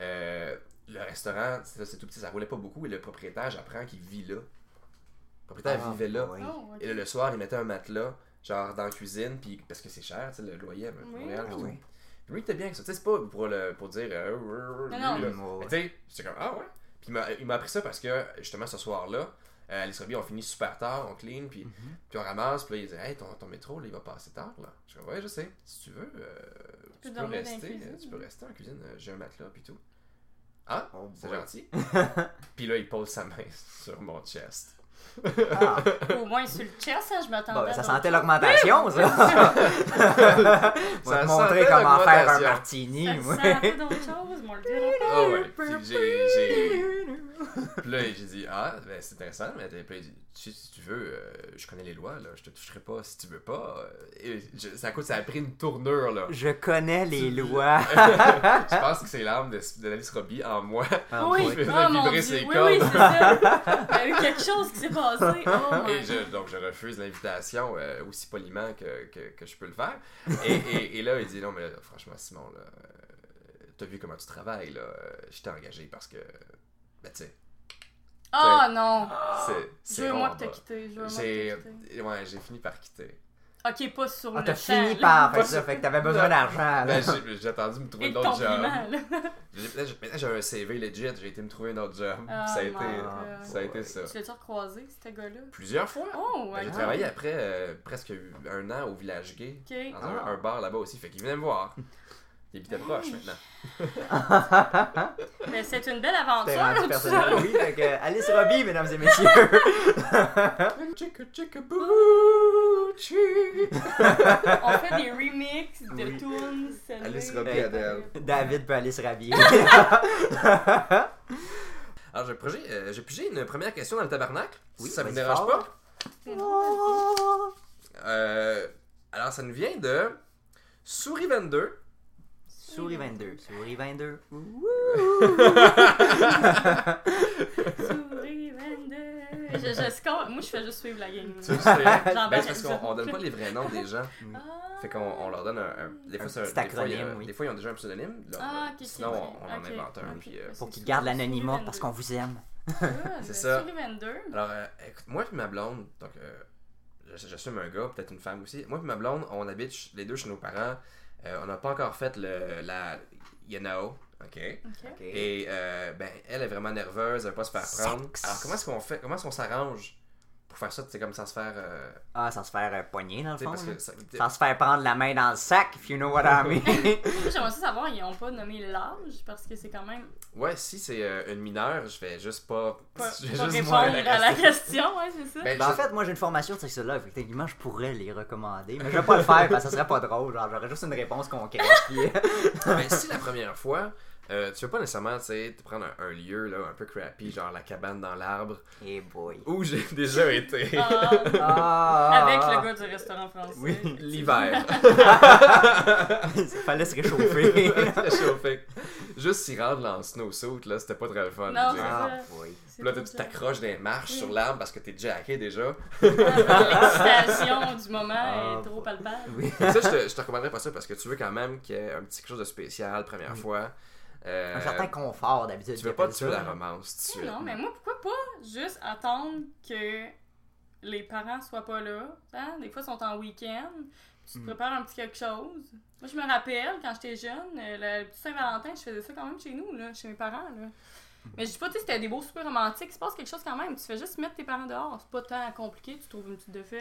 Speaker 2: euh, le restaurant, c'est c'est tout petit, ça roulait pas beaucoup et le propriétaire, j'apprends qu'il vit là. Le propriétaire
Speaker 3: Ah,
Speaker 2: vivait là.
Speaker 3: oui.
Speaker 4: Oh, ok.
Speaker 2: Et là, le soir, il mettait un matelas, genre dans la cuisine, puis parce que c'est cher, tu sais, le loyer à Montréal.
Speaker 3: Ah
Speaker 2: puis tout.
Speaker 3: oui.
Speaker 2: Puis Lui, il était bien avec ça. Tu sais, c'est pas pour, le, pour dire. euh, euh,
Speaker 4: Non, non.
Speaker 2: lui, là.
Speaker 3: Ouais, ouais.
Speaker 2: Mais Tu sais, c'est comme, ah ouais. Puis il m'a- il m'a appris ça parce que, justement, ce soir-là, euh, Alice Robbie, on finit super tard, on clean, puis, puis on ramasse, puis là, il dit, hey, ton, ton métro, là, il va passer tard, là. Je dis, ouais, je sais. Si tu veux, euh, tu, peux
Speaker 4: dormir dans la
Speaker 2: rester,
Speaker 4: cuisine.
Speaker 2: euh, tu peux rester en cuisine, euh, j'ai un matelas, puis tout. Ah,
Speaker 3: Oh
Speaker 2: c'est
Speaker 3: boy.
Speaker 2: gentil. puis là, il pose sa main sur mon chest.
Speaker 3: Ah,
Speaker 4: Au moins, sur le chest, hein, je m'attendais.
Speaker 3: bon, ben,
Speaker 4: à
Speaker 3: ça
Speaker 4: d'autres
Speaker 3: sentait
Speaker 4: choses.
Speaker 3: l'augmentation, ça. On va
Speaker 2: Ça
Speaker 3: te montrer
Speaker 2: sentait
Speaker 3: comment faire un
Speaker 2: l'augmentation.
Speaker 3: martini,
Speaker 4: Ça
Speaker 3: moi.
Speaker 4: sentait d'autres choses, mon dieu.
Speaker 2: Ah ouais. Puis j'ai- j'ai. Puis là, j'ai dit, ah, ben, c'est intéressant, mais t'as- puis là, il dit, si, si tu veux, euh, je connais les lois, là, je te toucherai pas si tu veux pas. Euh, Et je- ça, coûte, ça a pris une tournure, là.
Speaker 3: Je connais les lois.
Speaker 2: Je pense que c'est l'âme de- d'Alice Robbie en moi.
Speaker 3: Ah,
Speaker 4: oui,
Speaker 2: faisait
Speaker 4: oh mon
Speaker 2: vibrer
Speaker 4: dieu.
Speaker 2: ses
Speaker 4: Oui,
Speaker 2: cordes.
Speaker 4: oui, c'est ça. Il y a eu quelque chose qui s'est passé. Oh
Speaker 2: Et
Speaker 4: my god.
Speaker 2: je- donc, je refuse l'invitation euh, aussi poliment que, que, que je peux le faire. Et, et- et là, il dit, non, mais là, franchement, Simon, là, euh, t'as vu comment tu travailles, là. euh, Je t'ai engagé parce que, ben, tu sais,
Speaker 4: Oh non.
Speaker 2: c'est-
Speaker 4: Je
Speaker 2: Ah, c'est.
Speaker 4: veux moi
Speaker 2: rond,
Speaker 4: que t'as
Speaker 2: là.
Speaker 4: quitté. Je veux moi
Speaker 2: J'ai
Speaker 4: que t'as quitté.
Speaker 2: ouais, j'ai fini par quitter.
Speaker 4: Ok, pas sur
Speaker 3: Ah,
Speaker 4: le
Speaker 3: t'as
Speaker 4: champ.
Speaker 3: fini
Speaker 4: là.
Speaker 3: par
Speaker 4: Pas
Speaker 3: faire ça,
Speaker 4: sur-
Speaker 3: fait que t'avais besoin d'argent. là.
Speaker 2: Ben, j'ai j'ai attendu de me trouver
Speaker 4: Ah. Et
Speaker 2: un
Speaker 4: le
Speaker 2: autre job.
Speaker 4: compliment, là.
Speaker 2: J'ai- là, j'ai- Maintenant, j'avais un CV legit, j'ai été me trouver un autre job.
Speaker 4: Ah,
Speaker 2: ça a
Speaker 4: my
Speaker 2: été, hein,
Speaker 4: God.
Speaker 2: ça a été ça.
Speaker 4: Tu l'as-tu recroisé, ce gars-là?
Speaker 2: Plusieurs fois.
Speaker 4: Oh,
Speaker 2: Ben,
Speaker 4: ouais.
Speaker 2: j'ai travaillé après euh, presque un an au village gay,
Speaker 4: Ok.
Speaker 2: dans un,
Speaker 3: Ah.
Speaker 2: un bar là-bas aussi. Fait qu'il venait me voir. Il habitait proche maintenant.
Speaker 4: Mais Ben, c'est une belle
Speaker 3: T'es
Speaker 4: aventure,
Speaker 3: rendu
Speaker 4: tout
Speaker 3: personnel,
Speaker 4: ça.
Speaker 3: oui. Fait que Alice Robbie, mesdames et messieurs.
Speaker 2: Chicka, chicka, boo, chi.
Speaker 4: On fait des remixes de
Speaker 3: Oui.
Speaker 4: tunes. celle-là.
Speaker 2: Alice
Speaker 3: Robbie,
Speaker 4: Ouais.
Speaker 2: Adele.
Speaker 3: David peut Alice Robbie.
Speaker 2: Alors, j'ai pigé, euh, j'ai pigé une première question dans le tabernacle.
Speaker 3: Oui,
Speaker 2: si ça vous
Speaker 3: vas-y
Speaker 2: dérange
Speaker 3: fort.
Speaker 2: pas.
Speaker 4: Oh.
Speaker 2: Euh, alors, ça nous vient de Souris 22.
Speaker 3: Souris 22. Souris 22.
Speaker 4: Souris 22. je, je score- Moi, je fais juste suivre la game.
Speaker 2: Tu sais.
Speaker 4: J'en
Speaker 2: Ben,
Speaker 4: bats
Speaker 2: c'est parce
Speaker 4: avec
Speaker 2: qu'on on
Speaker 4: vous.
Speaker 2: donne pas les vrais noms des gens.
Speaker 4: Ah.
Speaker 2: Fait qu'on on leur donne un. un- des fois,
Speaker 3: Un
Speaker 2: c'est
Speaker 3: petit
Speaker 2: des fois, il y a-
Speaker 3: acronyme, oui.
Speaker 2: des fois, ils ont déjà un pseudonyme. là,
Speaker 4: Ah, ok, ok.
Speaker 2: Sinon, on, on en
Speaker 4: Ok.
Speaker 2: invente un.
Speaker 4: Ok.
Speaker 2: puis, euh,
Speaker 3: Pour qu'ils gardent l'anonymat parce qu'on vous aime.
Speaker 2: C'est ça.
Speaker 4: ben, Sur 22.
Speaker 2: Alors, euh, écoute, moi et ma blonde, donc euh, je- j'assume un gars, peut-être une femme aussi. Moi et ma blonde, on habite ch- les deux chez nos parents. Euh, on n'a pas encore fait le, la Yanao. OK.
Speaker 4: Ok.
Speaker 2: Et euh, ben, elle est vraiment nerveuse, elle veut pas se faire prendre.
Speaker 3: Sexe.
Speaker 2: Alors, comment est-ce qu'on fait Comment est-ce qu'on s'arrange pour faire ça C'est comme sans se faire. euh,
Speaker 3: Ah, sans se faire euh, poigner dans le
Speaker 2: tu sais,
Speaker 3: fond.
Speaker 2: parce
Speaker 3: là.
Speaker 2: que ça-
Speaker 3: Sans se faire hein. prendre la main dans le sac, if you know what I mean.
Speaker 2: Ben,
Speaker 4: Moi, J'aimerais ça savoir, ils n'ont pas nommé l'âge parce que c'est quand même.
Speaker 2: Ouais, si c'est euh, une mineure, je vais juste pas.
Speaker 4: Pas,
Speaker 2: je vais
Speaker 4: pas
Speaker 2: juste
Speaker 4: répondre
Speaker 2: moi
Speaker 4: à la question, ouais, c'est ça.
Speaker 2: Ben,
Speaker 3: Ben, en
Speaker 2: je-
Speaker 3: fait, moi j'ai une formation de sexologue, fait que techniquement je pourrais les recommander, mais je vais pas le faire parce que ça serait pas drôle. Genre, j'aurais juste une réponse concrète. Puis, euh,
Speaker 2: Mais Ben, si la première fois, euh, tu veux pas nécessairement, tu sais, te prendre un, un lieu là, un peu crappy, genre la cabane dans l'arbre,
Speaker 3: hey boy.
Speaker 2: où j'ai déjà été
Speaker 4: Ah,
Speaker 3: Ah,
Speaker 4: avec le gars du restaurant français.
Speaker 2: Ben, Oui, l'hiver.
Speaker 3: Il fallait se réchauffer.
Speaker 2: C'était chauffé. Juste s'y rendre là, en snowsuit, là, c'était pas très le fun.
Speaker 4: Non,
Speaker 2: tu sais.
Speaker 4: c'est-
Speaker 3: ah, boy.
Speaker 4: C'est
Speaker 2: Puis là,
Speaker 4: trop
Speaker 2: tu
Speaker 4: dur.
Speaker 2: t'accroches des marches sur l'arbre parce que t'es jacké déjà.
Speaker 4: L'excitation du moment
Speaker 3: Ah,
Speaker 4: est trop palpable.
Speaker 3: Oui.
Speaker 2: ça, je te, je te recommanderais pas ça parce que tu veux quand même qu'il y ait un petit quelque chose de spécial première fois. Euh,
Speaker 3: Mm. Un certain confort d'habitude.
Speaker 2: tu veux pas
Speaker 3: j'appelle
Speaker 2: tuer
Speaker 3: ça.
Speaker 2: la romance tout de
Speaker 4: Eh
Speaker 2: suite.
Speaker 4: Non, mais moi, pourquoi pas juste attendre que les parents soient pas là? hein? Des fois, ils sont en week-end. Tu te prépares un petit quelque chose. Moi, je me rappelle, quand j'étais jeune, euh, le petit Saint-Valentin, je faisais ça quand même chez nous, là, chez mes parents. Là. Mais je dis pas, tu sais, c'était des beaux super romantiques. Il se passe quelque chose quand même. Tu fais juste mettre tes parents dehors. C'est pas tant compliqué. Tu trouves une petite défaite.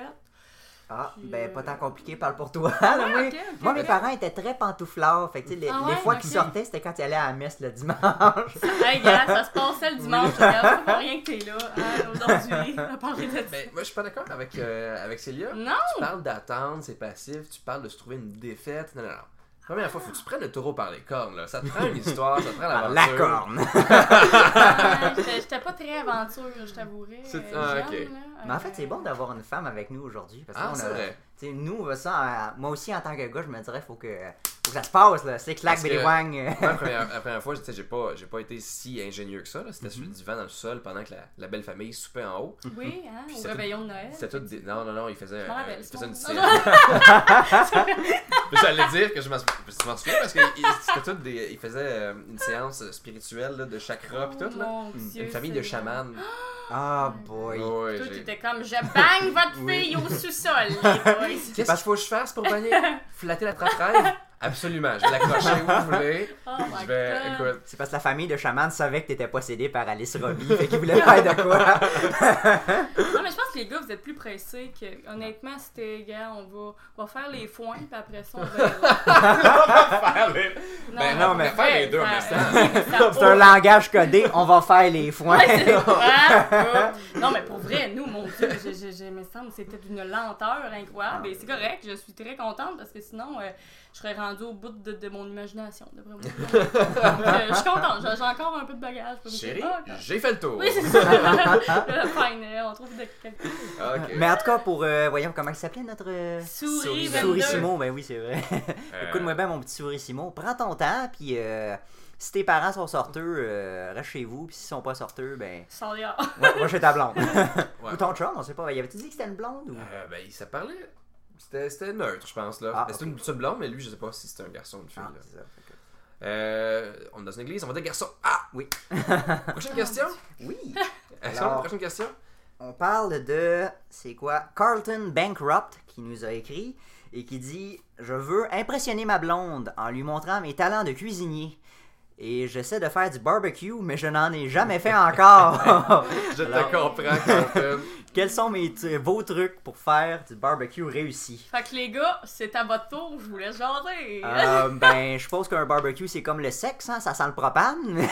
Speaker 3: Ah,
Speaker 4: Puis,
Speaker 3: ben
Speaker 4: euh,
Speaker 3: pas tant compliqué, parle pour toi. Ah, là, moi,
Speaker 4: ok, ok,
Speaker 3: moi, mes
Speaker 4: ok.
Speaker 3: parents étaient très pantouflards. Fait que, tu sais, les,
Speaker 4: Ah
Speaker 3: les
Speaker 4: ouais,
Speaker 3: fois
Speaker 4: ok.
Speaker 3: qu'ils sortaient, c'était quand ils allaient à la messe le dimanche.
Speaker 4: Hey, gars, ça se passait le dimanche. Regarde, c'est pas pour rien que t'es là. hein, Aujourd'hui, à parler de ça.
Speaker 2: Ben, moi, je suis pas d'accord avec, euh, avec Célia.
Speaker 4: Non!
Speaker 2: Tu parles d'attendre, c'est passif, tu parles de se trouver une défaite. Non, non, non. Première fois, faut que tu prennes le taureau par les cornes, là. Ça te prend une histoire, ça te prend
Speaker 3: Par
Speaker 2: l'aventure.
Speaker 3: la corne.
Speaker 4: Ah, J'étais j'étais pas très aventure, je t'avouerai.
Speaker 2: C'est-
Speaker 4: euh,
Speaker 2: ah,
Speaker 4: jeune,
Speaker 2: ok.
Speaker 4: là,
Speaker 3: Mais en
Speaker 4: euh,
Speaker 3: fait, c'est bon d'avoir une femme avec nous aujourd'hui. Parce que
Speaker 2: Ah,
Speaker 3: là, on
Speaker 2: c'est
Speaker 3: a-
Speaker 2: vrai.
Speaker 3: tu sais, nous, euh, ça, euh, moi aussi, en tant que gars, je me dirais, faut que, faut que ça se passe, là. C'est clac,
Speaker 2: Parce que-
Speaker 3: Billy Wang. euh,
Speaker 2: Moi, La première, la première fois, tu sais, j'ai pas, j'ai pas été si ingénieux que ça. là. C'était sur
Speaker 3: Mhm.
Speaker 2: le divan dans le sol pendant que la, la belle famille soupait en haut.
Speaker 4: Oui, hein,
Speaker 2: Puis
Speaker 4: au
Speaker 2: c'est tout-
Speaker 4: réveillon de Noël.
Speaker 2: C'était tout. des- Non, non, non, il faisait,
Speaker 4: Je m'en
Speaker 2: un-
Speaker 4: rappelle,
Speaker 2: il
Speaker 4: c'est
Speaker 2: faisait une scène.
Speaker 4: bon.
Speaker 2: Puis J'allais dire que je m'en je m'en souviens parce que il- c'était tout des. Il faisait euh, une séance spirituelle là, de chakra pis tout. Là.
Speaker 4: Oh,
Speaker 2: Hmm.
Speaker 4: Mon Dieu,
Speaker 2: Une famille de
Speaker 4: Seigneur.
Speaker 2: chamans.
Speaker 3: Ah, boy.
Speaker 2: Ouais,
Speaker 4: Toi,
Speaker 2: j'ai-
Speaker 4: t'étais comme je bang votre
Speaker 3: Oui.
Speaker 4: fille au sous-sol, les boys.
Speaker 2: Qu'est-ce qu'il faut que je fasse pour gagner Flatter la trappe Absolument, je vais l'accrocher où vous voulez.
Speaker 4: Oh
Speaker 2: Je
Speaker 4: my
Speaker 2: vais.
Speaker 4: god.
Speaker 2: Écoute.
Speaker 3: C'est parce que la famille de chamans savait que t'étais possédé par Alice Robbie, fait qu'ils voulaient faire de quoi.
Speaker 4: Non, mais je pense que les gars, vous êtes plus pressés que. Honnêtement, c'était, gars, on va, on va faire les foins, puis après ça, on va.
Speaker 2: Ben
Speaker 3: non, mais
Speaker 2: faire les deux en
Speaker 3: C'est un langage codé, on va faire les foins.
Speaker 4: Ouais, c'est vrai. Ah, Non, mais pour vrai, nous, mon Dieu, je, je, je- me semble que c'était d'une lenteur incroyable. Et c'est correct, je suis très contente parce que sinon, euh, je serais rendue au bout de, de mon imagination, de vraiment. euh, je suis contente, j'ai j'ai encore un peu de bagage. pour me dire,
Speaker 2: Chérie,
Speaker 4: ah, quand-
Speaker 2: j'ai fait le tour.
Speaker 4: oui, c'est ça. Fine, euh, on trouve de quelqu'un.
Speaker 2: Ok.
Speaker 3: Mais en tout cas, pour. euh, voyons comment il s'appelait notre. euh,
Speaker 4: Souris,
Speaker 2: Souris
Speaker 4: 22.
Speaker 3: Souris Simon, ben oui, c'est vrai.
Speaker 2: Euh,
Speaker 3: Écoute-moi bien, ben, mon petit souris Simon. Prends ton temps, puis euh, si tes parents sont sorteux, euh, reste chez vous. Puis s'ils sont pas sorteux, ben.
Speaker 4: Sors dehors.
Speaker 3: Va va chez ta blonde.
Speaker 2: ouais.
Speaker 3: Ou ton chum, on sait pas. Il avait-tu dit que c'était une blonde ou.
Speaker 2: Euh, ben, il s'est parlé. C'était c'était neutre, je pense. là.
Speaker 3: Ah,
Speaker 2: Mais c'était une, c'est une blonde, mais lui, je sais pas si c'était un garçon ou une fille.
Speaker 3: Ah,
Speaker 2: là.
Speaker 3: c'est ça. Fait que-
Speaker 2: Euh, on est dans une église, on va dire garçon. Ah
Speaker 3: Oui.
Speaker 2: Prochaine
Speaker 4: Oh,
Speaker 2: question.
Speaker 3: Oui!
Speaker 2: Est-ce
Speaker 3: Alors-
Speaker 2: qu'on- Prochaine question.
Speaker 3: On parle de, c'est quoi, Carlton Bankrupt qui nous a écrit et qui dit Je veux impressionner ma blonde en lui montrant mes talents de cuisinier. Et j'essaie de faire du barbecue, mais je n'en ai jamais fait encore.
Speaker 2: Je
Speaker 3: Alors-
Speaker 2: te comprends, Carlton.
Speaker 3: Quels sont mes tru- vos trucs pour faire du barbecue réussi
Speaker 4: Fait que les gars, c'est à votre tour, je vous laisse jaser.
Speaker 3: Euh, Ben, je suppose qu'un barbecue, c'est comme le sexe, hein, ça sent le propane.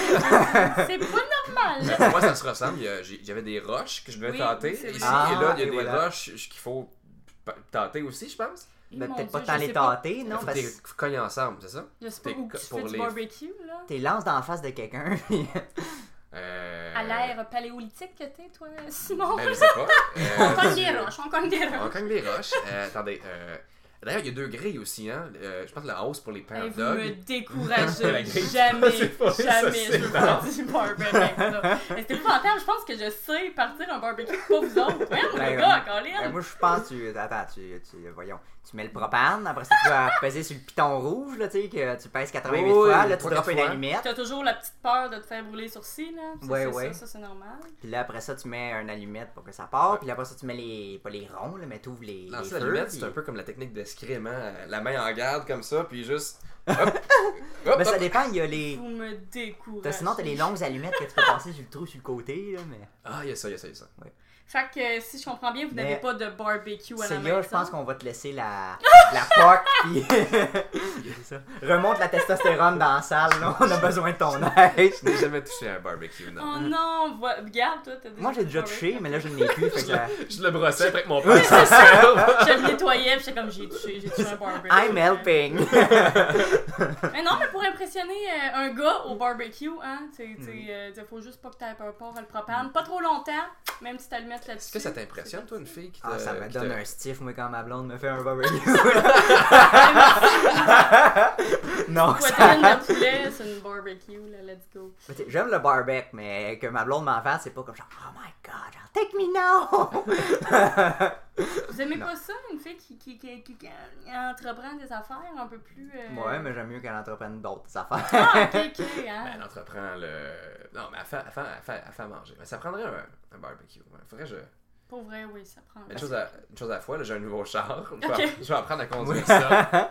Speaker 4: C'est pas normal.
Speaker 2: Pour moi, ça se ressemble. Il y a- j'ai- J'avais des roches que je devais
Speaker 4: Oui,
Speaker 2: tenter.
Speaker 4: c'est
Speaker 2: Ici et là,
Speaker 3: vrai.
Speaker 2: il y
Speaker 3: Ah,
Speaker 2: a
Speaker 3: et
Speaker 2: des
Speaker 3: voilà.
Speaker 2: roches qu'il faut p- tenter aussi, je pense.
Speaker 3: mais Ben,
Speaker 4: Mon
Speaker 3: peut-être pas
Speaker 4: Dieu,
Speaker 3: tant
Speaker 4: je
Speaker 3: les
Speaker 4: sais pas-
Speaker 3: tâter, non
Speaker 2: Faut que
Speaker 3: Parce
Speaker 2: t'es-
Speaker 3: que
Speaker 2: faut cogner ensemble, c'est ça?
Speaker 4: Je sais pas
Speaker 2: T'es
Speaker 4: où tu
Speaker 2: co-
Speaker 4: fais
Speaker 2: pour
Speaker 4: du
Speaker 2: les-
Speaker 4: barbecue, là.
Speaker 3: t'es lance dans la face de quelqu'un. puis-
Speaker 2: Euh,
Speaker 4: À l'ère paléolithique que t'es, toi, Simon?
Speaker 2: ben, je sais pas.
Speaker 4: On
Speaker 2: Euh,
Speaker 4: cogne des roches, on cogne des
Speaker 2: On
Speaker 4: roches.
Speaker 2: cogne des roches. Euh, attendez. euh, D'ailleurs, il y a deux grilles aussi, hein. Euh, je pense que la hausse pour les
Speaker 4: Hey,
Speaker 2: paires
Speaker 4: vous me
Speaker 2: dogs. La
Speaker 4: découragez.
Speaker 2: grille.
Speaker 4: jamais,
Speaker 5: C'est pas- ça,
Speaker 4: jamais
Speaker 5: c'est
Speaker 4: je veux faire du barbecue avec ça. Mais C'est épouvantable. Je pense que je sais partir un barbecue pour vous autres. Voyons,
Speaker 3: Ben,
Speaker 4: le
Speaker 3: ouais.
Speaker 4: gars,
Speaker 3: Ben,
Speaker 4: Colin.
Speaker 3: moi, je pense, tu. Attends, tu, tu- Voyons. Tu mets le propane, après ça, tu vas peser sur le piton rouge, là, tu sais, que tu pèses 88
Speaker 2: Oui,
Speaker 3: fois, là, tu
Speaker 2: trois
Speaker 3: droppes une
Speaker 2: fois.
Speaker 3: allumette.
Speaker 4: T'as toujours la petite peur de te faire brûler les sourcils, là. Ça,
Speaker 3: Ouais,
Speaker 4: c'est
Speaker 3: ouais.
Speaker 4: Ça, ça, c'est normal.
Speaker 3: Puis là, après ça, tu mets une allumette pour que ça parte. Puis là, après ça, tu mets les. Pas les ronds, là, mais tu ouvres les. les
Speaker 2: Lancer
Speaker 3: feux,
Speaker 2: l'allumette,
Speaker 3: puis-
Speaker 2: c'est un peu comme la technique d'escrime, hein. La main en garde comme ça, puis juste. Hop, hop,
Speaker 3: Ben, ça
Speaker 2: hop.
Speaker 3: dépend, il y a les.
Speaker 4: Vous me
Speaker 3: t'as-
Speaker 4: découragez.
Speaker 3: sinon, t'as les longues allumettes que tu peux passer sur le trou sur le côté, là, mais.
Speaker 2: Ah, il y a ça, il y a ça, il y a ça.
Speaker 4: Fait que, euh, si je comprends bien, vous
Speaker 3: Mais-
Speaker 4: n'avez pas de barbecue à la maison.
Speaker 3: Célia, je pense qu'on va te laisser la. la POC, puis. C'est ça. Remonte la testostérone dans la salle, là, on a besoin de ton aide.
Speaker 2: Je n'ai jamais touché à un barbecue, non.
Speaker 4: Oh non, vo- regarde, toi, t'as
Speaker 3: Mm. Moi, j'ai déjà touché, mais là, je ne l'ai plus, fait que. ça-
Speaker 5: Je le brossais avec mon père.
Speaker 4: Je le nettoyais, puis j'étais comme, j'ai touché, j'ai touché un barbecue.
Speaker 3: I'm helping!
Speaker 4: Mais non, mais pour impressionner euh, un gars au barbecue, hein, tu sais, euh, tu sais, faut juste pas que t'aies peur peur à le propane. Pas trop longtemps, même si t'as le mettre là-dessus.
Speaker 2: Est-ce que ça t'impressionne, toi, une fille qui te.
Speaker 3: Ah, ça me
Speaker 2: qui
Speaker 3: donne
Speaker 2: te-
Speaker 3: un stiff, moi, quand ma blonde me fait un barbecue. non,
Speaker 4: Poitrine
Speaker 3: ça...
Speaker 4: de poulet, c'est une barbecue, là, let's go.
Speaker 3: Mais t'sais, J'aime le barbecue, mais que ma blonde m'en fasse, c'est pas comme genre, oh my god, genre, take me now!
Speaker 4: Vous aimez pas ça, une fille qui, qui, qui, qui- qui entreprend des affaires un peu plus... euh,
Speaker 3: ouais, mais j'aime mieux qu'elle entreprenne d'autres affaires.
Speaker 4: Ah, ok, ok,
Speaker 2: Ben,
Speaker 4: hein.
Speaker 2: elle entreprend le. Non, mais elle fait, elle fait, elle fait, elle fait à manger. Mais ça prendrait un, un barbecue. Ouais, faudrait
Speaker 4: Ah,
Speaker 2: que je.
Speaker 4: Pour vrai, oui, ça prend.
Speaker 2: Mais une, chose à, une chose à la fois, là, j'ai un nouveau char. Je vais,
Speaker 4: Ok.
Speaker 2: je vais apprendre à conduire ça.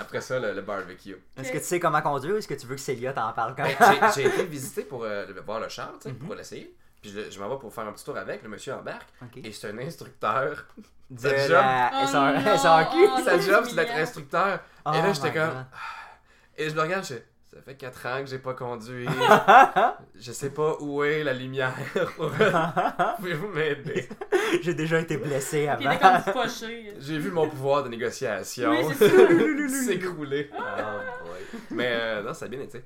Speaker 2: Après ça, le, le barbecue.
Speaker 3: Est-ce que tu sais comment conduire ou est-ce que tu veux que Célia t'en parle quand
Speaker 2: Ben, j'ai- j'ai été visiter pour euh, le- voir le char, tu sais, pour l'essayer. Puis je, je m'en vais pour faire un petit tour avec. Le monsieur embarque.
Speaker 3: Ok.
Speaker 2: Et c'est un instructeur.
Speaker 3: De
Speaker 2: ça te
Speaker 3: la
Speaker 4: choque? Oh
Speaker 3: SR-
Speaker 4: non,
Speaker 3: SRQ?
Speaker 4: oh
Speaker 2: Sa
Speaker 4: non.
Speaker 2: job, c'est d'être
Speaker 4: humiliant.
Speaker 2: instructeur.
Speaker 3: Oh
Speaker 2: et là,
Speaker 3: my
Speaker 2: j'étais comme.
Speaker 3: God.
Speaker 2: Et je me regarde, je fais, Ça fait 4 ans que j'ai pas conduit. je sais pas où est la lumière. Pouvez-vous m'aider?
Speaker 3: J'ai déjà été blessé
Speaker 4: Puis elle
Speaker 3: avant.
Speaker 4: est comme du euh, poché.
Speaker 2: J'ai vu mon pouvoir de négociation
Speaker 4: Oui, c'est ça.
Speaker 2: s'écrouler.
Speaker 4: Ah,
Speaker 2: Ah,
Speaker 3: Oh boy.
Speaker 2: Mais euh, non, ça a bien été.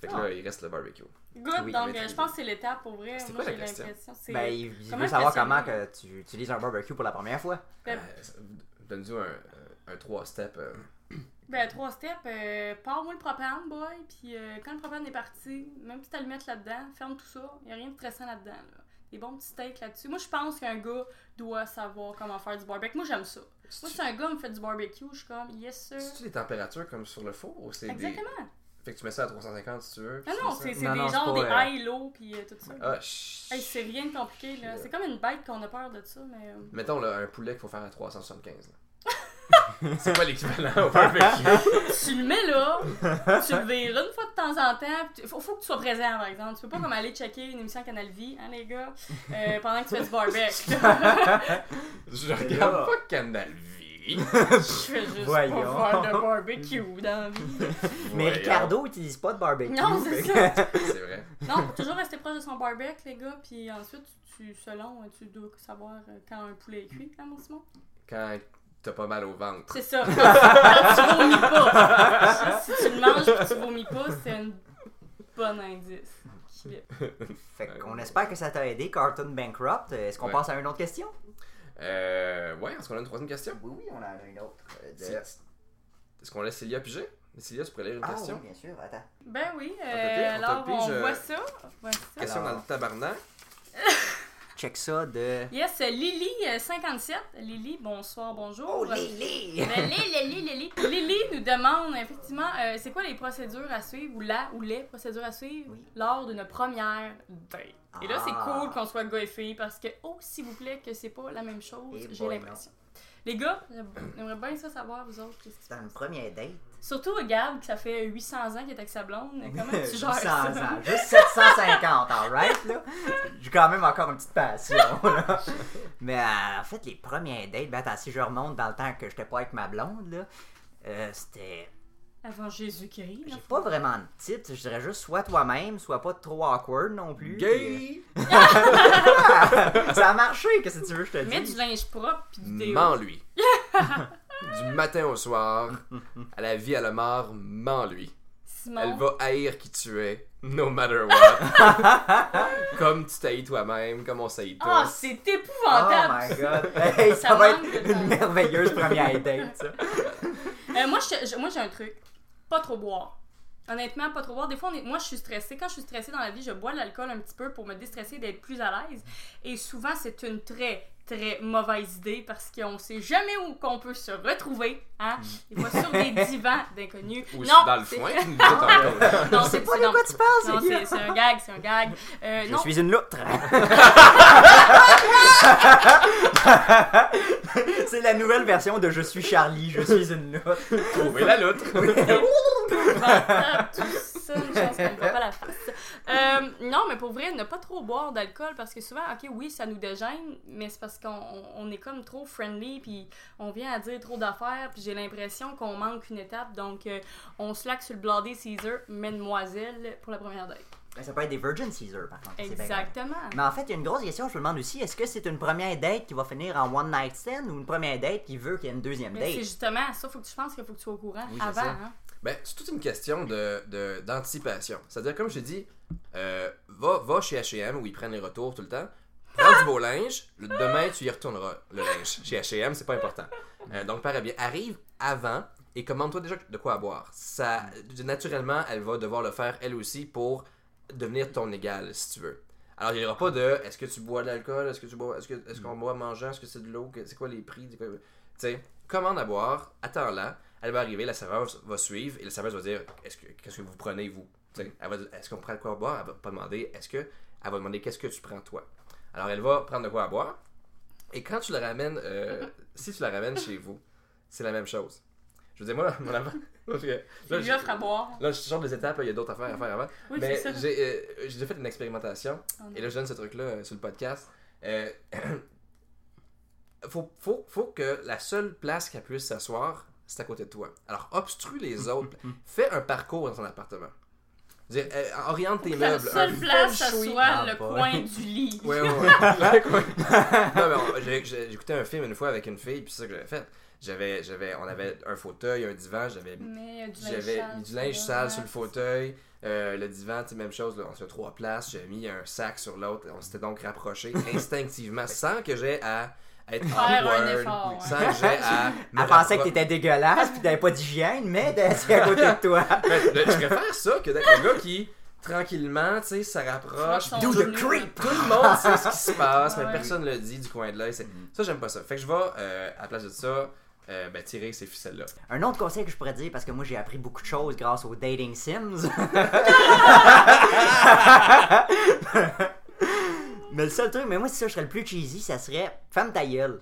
Speaker 2: Fait que
Speaker 3: Ah.
Speaker 2: là, il reste le barbecue.
Speaker 4: Good,
Speaker 3: Oui,
Speaker 4: donc
Speaker 2: mais
Speaker 4: euh, je
Speaker 2: très
Speaker 4: pense que c'est l'étape pour vrai.
Speaker 2: C'était
Speaker 4: Moi,
Speaker 2: quoi
Speaker 4: j'ai
Speaker 2: la question?
Speaker 4: l'impression. c'est-
Speaker 3: Ben, il il
Speaker 4: Comment
Speaker 3: veut savoir
Speaker 4: impressionner?
Speaker 3: comment que tu utilises un barbecue pour la première fois.
Speaker 4: Ben-
Speaker 2: Euh, ça- Donne-nous un, un 3 step. euh.
Speaker 4: Ben, trois steps, euh, pars-moi le propane, boy, puis euh, quand le propane est parti, même si t'as le mettre là-dedans, ferme tout ça, y a rien de stressant là-dedans, là. Des bons petits steaks là-dessus. Moi, je pense qu'un gars doit savoir comment faire du barbecue. Moi, j'aime ça.
Speaker 2: C'est-tu-
Speaker 4: Moi, si un gars me fait du barbecue, je suis comme, yes, sir.
Speaker 2: C'est-tu des températures comme sur le four ou c'est des.
Speaker 4: Exactement. Ah
Speaker 2: Fait que tu mets ça à 350 si tu veux. puis
Speaker 4: Non,
Speaker 2: tu
Speaker 4: non,
Speaker 2: mets ça-
Speaker 4: c'est c'est
Speaker 3: Non,
Speaker 4: des
Speaker 3: non, c'est
Speaker 4: genres
Speaker 3: pas,
Speaker 4: des
Speaker 3: euh,
Speaker 4: high low, puis euh, tout ça.
Speaker 2: Ah, chut.
Speaker 4: Hey, c'est rien de compliqué, là. C'est comme une bête qu'on a peur de ça, mais... euh,
Speaker 2: Mettons là, un poulet qu'il faut faire à 375. là. c'est pas l'équivalent au barbecue.
Speaker 4: tu le mets là, tu le verras une fois de temps en temps. puis tu- Faut, faut que tu sois présent, par exemple. Tu peux pas comme aller checker une émission Canal Vie, hein, les gars, euh, pendant que tu fais du barbecue.
Speaker 2: Je
Speaker 3: là.
Speaker 2: regarde pas Canal Vie.
Speaker 4: Je fais juste
Speaker 3: Voyons.
Speaker 4: pas faire de barbecue dans la vie.
Speaker 3: Mais
Speaker 2: Voyons.
Speaker 3: Ricardo utilise pas de barbecue.
Speaker 4: Non,
Speaker 3: fait
Speaker 4: c'est
Speaker 3: que-
Speaker 4: ça.
Speaker 2: C'est vrai.
Speaker 4: Non, faut toujours rester proche de son barbecue, les gars. Puis ensuite, tu, tu- selon, euh, tu dois savoir euh, quand un poulet est cuit, hein, mon Simon?
Speaker 2: Quand t'as pas mal au ventre.
Speaker 4: C'est ça. Quand tu vomis pas. Si tu le manges et tu vomis pas, c'est un bon indice. Clip.
Speaker 3: Fait qu'on espère que ça t'a aidé, Cartoon Bankrupt. Est-ce qu'on
Speaker 2: Ouais.
Speaker 3: passe à une autre question?
Speaker 2: Euh, ouais, est-ce qu'on a une troisième question?
Speaker 3: Oui, oui, on en a une autre. euh, de-
Speaker 2: C'est- Est-ce qu'on laisse Célia piger? Célia, tu pourrais lire une
Speaker 3: Ah oui,
Speaker 2: question?
Speaker 3: bien sûr, attends.
Speaker 4: Ben oui, euh,
Speaker 2: Ah, t'as
Speaker 4: alors
Speaker 2: dit, on
Speaker 4: on
Speaker 2: te le pige, euh,
Speaker 4: voit ça. On voit ça.
Speaker 2: Question
Speaker 3: Alors.
Speaker 2: dans le tabarnak.
Speaker 3: Check ça de...
Speaker 4: Yes, Lily57. Lily, bonsoir, bonjour.
Speaker 3: Oh, Lily!
Speaker 4: Ben, Lily, Lily, Lily. Lily nous demande effectivement, euh, c'est quoi les procédures à suivre, ou la ou les procédures à suivre,
Speaker 3: Oui.
Speaker 4: lors d'une première date. Et là, c'est
Speaker 3: Ah.
Speaker 4: cool qu'on soit gars et filles parce que, oh, s'il vous plaît, que c'est pas la même chose,
Speaker 3: Eh
Speaker 4: j'ai
Speaker 3: boy,
Speaker 4: l'impression. Les gars, j'aimerais bien ça savoir, vous autres, qu'est-ce qui se
Speaker 3: Dans
Speaker 4: passe.
Speaker 3: une première date.
Speaker 4: Surtout, regarde, que ça fait 800 ans qu'il est avec sa blonde. Comment tu
Speaker 3: 800
Speaker 4: gères ça?
Speaker 3: ans, juste 750, alright, là? J'ai quand même encore une petite passion, là. Mais euh, en fait, les premières dates, ben attends, si je remonte dans le temps que j'étais pas avec ma blonde, là, euh, c'était...
Speaker 4: Avant Jésus-Christ. là.
Speaker 3: J'ai pas vraiment de titre, je dirais juste soit toi-même, soit pas trop awkward non plus. puis,
Speaker 2: Gay!
Speaker 3: euh, ça a marché, qu'est-ce que tu veux que je te
Speaker 4: Mets du
Speaker 3: dise?
Speaker 4: linge propre pis du déo.
Speaker 2: Mens-lui. du matin au soir, à la vie, à la mort, mens-lui.
Speaker 4: Simon.
Speaker 2: Elle va haïr qui tu es, no matter what. comme tu t'haïs toi-même, comme on s'haït tous.
Speaker 4: Ah, c'est
Speaker 3: Oh
Speaker 4: épouvantable!
Speaker 3: my god! Hey, ça,
Speaker 4: Ça
Speaker 3: va
Speaker 4: manque de
Speaker 3: être une
Speaker 4: temps.
Speaker 3: merveilleuse première date, ça. Oh
Speaker 4: Euh, moi, j'étais- j'- moi, j'ai un truc. Pas trop boire. Honnêtement, pas trop boire. Des fois, on est- moi, je suis stressée. Quand je suis stressée dans la vie, je bois de l'alcool un petit peu pour me déstresser, d'être plus à l'aise. Et souvent, c'est une très, très mauvaise idée parce qu'on sait jamais où qu'on peut se retrouver. Hein?
Speaker 3: Mm.
Speaker 4: Des fois, sur des divans d'inconnus.
Speaker 2: Ou
Speaker 4: non,
Speaker 2: dans le
Speaker 4: c'est-
Speaker 2: foin, tu nous disais tantôt.
Speaker 4: Non,
Speaker 3: C'est
Speaker 4: c'est
Speaker 3: pas
Speaker 4: pas
Speaker 3: de quoi tu
Speaker 4: Non,
Speaker 3: parles,
Speaker 4: c'est
Speaker 3: c'est
Speaker 4: c'est un gag, c'est un gag. Euh,
Speaker 3: Je
Speaker 4: non,
Speaker 3: suis une loutre. c'est la nouvelle version de Je suis Charlie, je suis une loutre.
Speaker 2: Trouver la loutre.
Speaker 4: épouvantable, tout ça, une chance qu'on me voit pas la face. Euh, non, mais pour vrai, ne pas trop boire d'alcool parce que souvent, ok, oui, ça nous dégêne, mais c'est parce qu'on on- on est comme trop friendly, puis on vient à dire trop d'affaires, puis j'ai l'impression qu'on manque une étape, donc euh, on slack sur le bladé Caesar, mademoiselle, pour la première date.
Speaker 3: Ça peut être des Virgin Caesar, par contre. c'est bien grave.
Speaker 4: Exactement.
Speaker 3: Mais en fait, il y a une grosse question, je me demande aussi, est-ce que c'est une première date qui va finir en one night stand ou une première date qui veut qu'il y ait une deuxième
Speaker 4: Mais c'est
Speaker 3: date?
Speaker 4: justement ça, faut que tu penses qu'il faut que tu sois au courant
Speaker 3: Oui, c'est
Speaker 4: avant.
Speaker 3: ça.
Speaker 4: hein.
Speaker 2: Ben, c'est toute une question de, de- d'anticipation. C'est-à-dire, comme je t'ai dit, euh, va, va chez H&M où ils prennent les retours tout le temps. Prends du beau linge. le- demain, tu y retourneras, le linge. Chez H&M, c'est pas important. Euh, donc, pareil bien. Arrive avant et commande-toi déjà de quoi à boire. Ça, naturellement, elle va devoir le faire, elle aussi, pour devenir ton égal, si tu veux. Alors, il n'y aura pas de « Est-ce que tu bois de l'alcool? Est-ce que tu bois... Est-ce, que, est-ce qu'on boit en mangeant? Est-ce que c'est de l'eau? Que- C'est quoi les prix? C'est quoi- tu sais, commande à boire, attends-la, elle va arriver, la serveuse va suivre et la serveuse va dire est-ce que, Qu'est-ce que vous prenez, vous Tu sais, Elle va dire Est-ce qu'on prend de quoi à boire Elle va pas demander Est-ce que Elle va demander Qu'est-ce que tu prends, toi Alors, elle va prendre de quoi à boire et quand tu la ramènes, euh, si tu la ramènes chez vous, c'est la même chose. Je veux dire, moi, mon avant. parce que là,
Speaker 4: Tu lui
Speaker 2: je-
Speaker 4: offres à boire.
Speaker 2: Là, je sors des étapes, là, il y a d'autres affaires à faire avant.
Speaker 4: Oui,
Speaker 2: mais
Speaker 4: c'est ça.
Speaker 2: j'ai euh, j'ai déjà fait une expérimentation.
Speaker 4: Oh non.
Speaker 2: et là, je donne ce truc-là euh, sur le podcast. Euh, faut, faut, faut que la seule place qu'elle puisse s'asseoir, c'est à côté de toi. Alors, obstrue les autres. Fais un parcours dans ton appartement. Je veux dire, euh, oriente tes
Speaker 4: La
Speaker 2: meubles.
Speaker 4: seule
Speaker 2: un
Speaker 4: place, ça
Speaker 2: feng shui.
Speaker 4: soit
Speaker 3: Ah,
Speaker 4: le
Speaker 3: bah.
Speaker 4: coin du lit.
Speaker 2: Ouais, ouais, ouais. Ouais, quoi. non, mais on- j'ai- j'ai- j'écoutais un film une fois avec une fille, puis c'est ça que j'avais fait. J'avais, j'avais, on avait un fauteuil, un divan, j'avais
Speaker 4: Mais euh, du linge
Speaker 2: j'avais
Speaker 4: sale,
Speaker 2: mis du
Speaker 4: tu
Speaker 2: linge
Speaker 4: vois,
Speaker 2: sale
Speaker 4: ouais.
Speaker 2: sur le fauteuil, euh, le divan, c'est même chose, là, on se fait trois places, j'avais mis un sac sur l'autre, on s'était donc rapprochés instinctivement, sans que j'aie à être
Speaker 4: Faire un
Speaker 2: awkward,
Speaker 4: effort, ouais.
Speaker 2: sans que j'aie à... me
Speaker 3: Elle pensait que
Speaker 2: rappro-
Speaker 3: t'étais dégueulasse puis t'avais pas d'hygiène, mais t'es assis à côté de toi.
Speaker 2: Ben, le- Je préfère ça que d'être le gars qui, tranquillement, tu sais, ça rapproche,
Speaker 4: Son
Speaker 3: Do the
Speaker 4: genou,
Speaker 3: creep!
Speaker 2: tout le monde sait ce qui se passe, mais
Speaker 4: Ouais. Mm.
Speaker 2: personne le dit du coin de l'œil. c'est- Ça, j'aime pas ça. Fait que je vais, euh, à la place de ça, euh, ben, tirer ces ficelles-là.
Speaker 3: Un autre conseil que je pourrais dire, parce que moi j'ai appris beaucoup de choses grâce aux dating sims. mais le seul truc, mais moi si ça je serais le plus cheesy, ça serait femme ta gueule.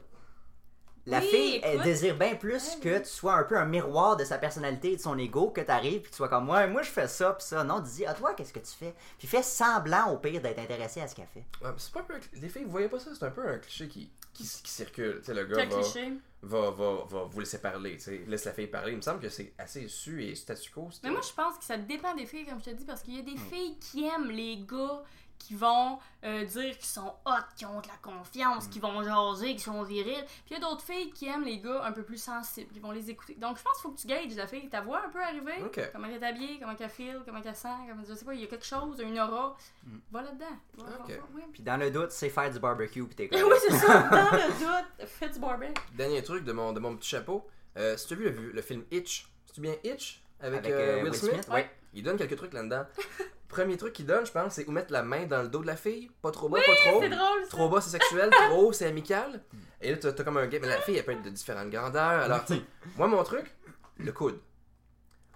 Speaker 3: La
Speaker 4: Oui,
Speaker 3: fille, elle
Speaker 4: écoute. Ah
Speaker 3: désire bien plus que tu sois un peu un miroir de sa personnalité et de son ego, que t'arrives puis que tu sois comme moi, moi je fais ça puis ça. Non, dis, ah toi qu'est-ce que tu fais Puis fais semblant au pire d'être intéressé à ce qu'elle fait.
Speaker 2: Ouais, mais c'est pas un peu un cli- Les filles, vous voyez pas ça? C'est un peu un cliché qui, qui, qui circule. Tu sais, le gars
Speaker 4: Quel
Speaker 2: va,
Speaker 4: cliché.
Speaker 2: va, va, va vous laisser parler. tu sais. Laisse la fille parler. Il me semble que c'est assez su et statu quo. c'est-
Speaker 4: Mais moi, je pense que ça dépend des filles, comme je te dis, parce qu'il y a des
Speaker 2: Hmm.
Speaker 4: filles qui aiment les gars qui vont euh, dire qu'ils sont hot, qui ont de la confiance,
Speaker 2: Hmm.
Speaker 4: qui vont jaser, qui sont virils. Puis il y a d'autres filles qui aiment les gars un peu plus sensibles, qui vont les écouter. Donc je pense qu'il faut que tu gauges la fille, ta voix un peu arriver,
Speaker 2: Ok.
Speaker 4: comment elle est habillée, comment elle feel, comment elle sent, comment je sais pas, il y a quelque chose, une aura. Va là-dedans. Va, va,
Speaker 2: Hmm. Ok.
Speaker 4: va, oui.
Speaker 3: Puis dans le doute, c'est faire du barbecue puis t'es comme.
Speaker 4: oui, c'est ça, dans le doute, fais du barbecue.
Speaker 2: Dernier truc de mon, de mon petit chapeau. Euh, si tu as vu le, le film Itch, c'est bien Itch avec,
Speaker 3: Avec,
Speaker 2: euh,
Speaker 3: euh,
Speaker 2: Will,
Speaker 3: Will
Speaker 2: Smith,
Speaker 3: Smith, ouais.
Speaker 2: Ouais. Il donne quelques trucs là-dedans. Premier truc qu'il donne, je pense, c'est où mettre la main dans le dos de la fille. Pas trop bas, pas trop.
Speaker 4: C'est drôle, ça.
Speaker 2: Oh, Trop bas, c'est sexuel. Trop haut, c'est amical. Et là, t'as t'as comme un game. Mais la fille, elle peut être de différentes grandeurs. Alors, tu sais, moi, mon truc, le coude.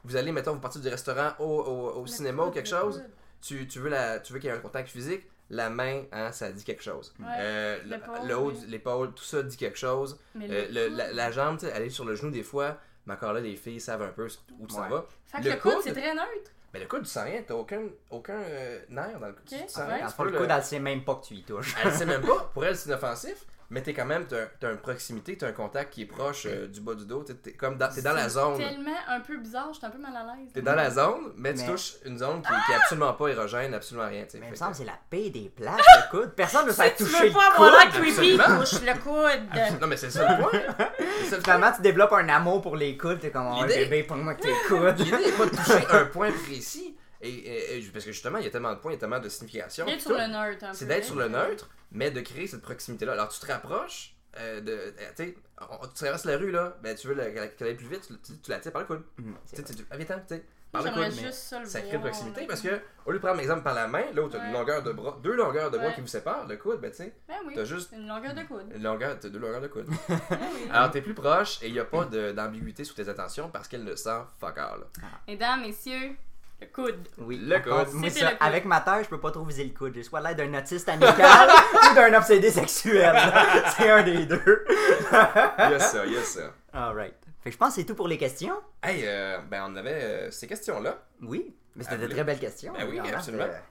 Speaker 2: Vous allez, mettons, vous partez du restaurant au, au- au cinéma ou quelque chose. Tu, tu veux, la- tu veux qu'il y ait un contact physique. La main, hein, ça dit quelque chose.
Speaker 4: Ouais,
Speaker 2: Euh, le-
Speaker 4: l'épaule,
Speaker 2: le haut,
Speaker 4: oui.
Speaker 2: du- l'épaule, tout ça dit quelque chose.
Speaker 4: Mais
Speaker 2: Euh,
Speaker 4: le
Speaker 2: le-
Speaker 4: coude-
Speaker 2: la, la jambe, tu sais, elle est sur le genou des fois. Mais encore là, les filles savent un peu où tu s'en
Speaker 3: Ouais.
Speaker 2: vas.
Speaker 4: Fait que le,
Speaker 2: le
Speaker 4: coude,
Speaker 2: coude-
Speaker 4: c'est très neutre.
Speaker 2: Mais le coude, tu sens rien. T'as aucun, aucun euh, nerf dans le coude.
Speaker 4: Ok, ah
Speaker 2: Tu sens
Speaker 4: ouais.
Speaker 2: rien. Tu
Speaker 3: Dans le fond,
Speaker 2: peux
Speaker 3: le coude, elle sait même pas que tu y touches.
Speaker 2: elle sait même pas. Pour elle, c'est inoffensif. Mais t'es quand même, t'as t'as une proximité, t'as un contact qui est proche euh, du bas du dos. T'es t'es comme dans, t'es dans la zone.
Speaker 4: tellement un peu bizarre, j'étais un peu mal à l'aise.
Speaker 2: T'es dans la zone, mais tu
Speaker 3: Mais-
Speaker 2: touches une zone qui, qui est
Speaker 4: Ah!
Speaker 2: absolument pas érogène, absolument rien. tu sais.
Speaker 3: Mais il
Speaker 2: Fait
Speaker 3: me
Speaker 2: que-
Speaker 3: semble que c'est la paix des plages, le coude. Personne ne veut se faire
Speaker 4: Tu
Speaker 3: toucher
Speaker 4: veux
Speaker 3: le
Speaker 4: pas avoir l'air
Speaker 3: coude.
Speaker 4: creepy,
Speaker 2: absolument.
Speaker 4: touche le coude.
Speaker 2: Non, mais c'est ça le point. C'est ça le point.
Speaker 3: Vraiment, tu développes un amour pour les coudes. T'es comme, oh,
Speaker 2: L'idée-
Speaker 3: bébé, prends-moi que tes coudes.
Speaker 2: L'idée est pas de toucher un point précis. Et, et- et- parce que justement, il y a tellement de points, il y a tellement de significations.
Speaker 4: D'être sur le neutre un peu.
Speaker 2: C'est d'être sur le
Speaker 4: hein.
Speaker 2: neutre, mais de créer cette proximité-là. Alors tu te rapproches, euh, de, euh, tu sais, on- tu traverses la rue, là, ben, tu veux la- qu'elle qu'elle aille plus vite, tu, tu- tu la tires par le coude.
Speaker 3: Mhm.
Speaker 2: Tu sais, tu dis, ah, viens-t'en, tu sais, par le
Speaker 4: J'aimerais
Speaker 2: coude.
Speaker 4: juste ça le
Speaker 2: Ça crée
Speaker 4: voir,
Speaker 2: de proximité
Speaker 4: là.
Speaker 2: parce que, au lieu de prendre l'exemple par la main, là où tu as une
Speaker 4: Ouais.
Speaker 2: longueur de bras, deux longueurs de bras
Speaker 4: Ouais.
Speaker 2: qui vous séparent, le coude, ben, tu sais,
Speaker 4: Ben oui,
Speaker 2: t'as juste
Speaker 4: une longueur de coude.
Speaker 2: une longueur, t'as deux longueurs de coude.
Speaker 4: Ben oui.
Speaker 2: Alors, t'es plus proche et il n'y a pas de- d'ambiguïté sur tes attentions parce qu'elle ne sent fuck all.
Speaker 4: Mesdames, messieurs, le coude.
Speaker 3: Oui.
Speaker 2: Le
Speaker 3: Par contre,
Speaker 2: coude.
Speaker 3: moi,
Speaker 4: C'était
Speaker 3: ça,
Speaker 4: le coude.
Speaker 3: avec ma taille, je peux pas trop viser le coude. J'ai soit l'air d'un autiste amical ou d'un obsédé sexuel. C'est un des deux.
Speaker 2: Il y a ça, il y a ça.
Speaker 3: Alright. Fait que je pense que c'est tout pour les questions.
Speaker 2: Hey, euh, ben, on avait euh, ces questions-là.
Speaker 3: Oui. Mais c'était
Speaker 2: Ah,
Speaker 3: de
Speaker 2: oui.
Speaker 3: très belles questions.
Speaker 2: Ben oui,
Speaker 3: Vraiment,
Speaker 2: absolument.
Speaker 3: c'était-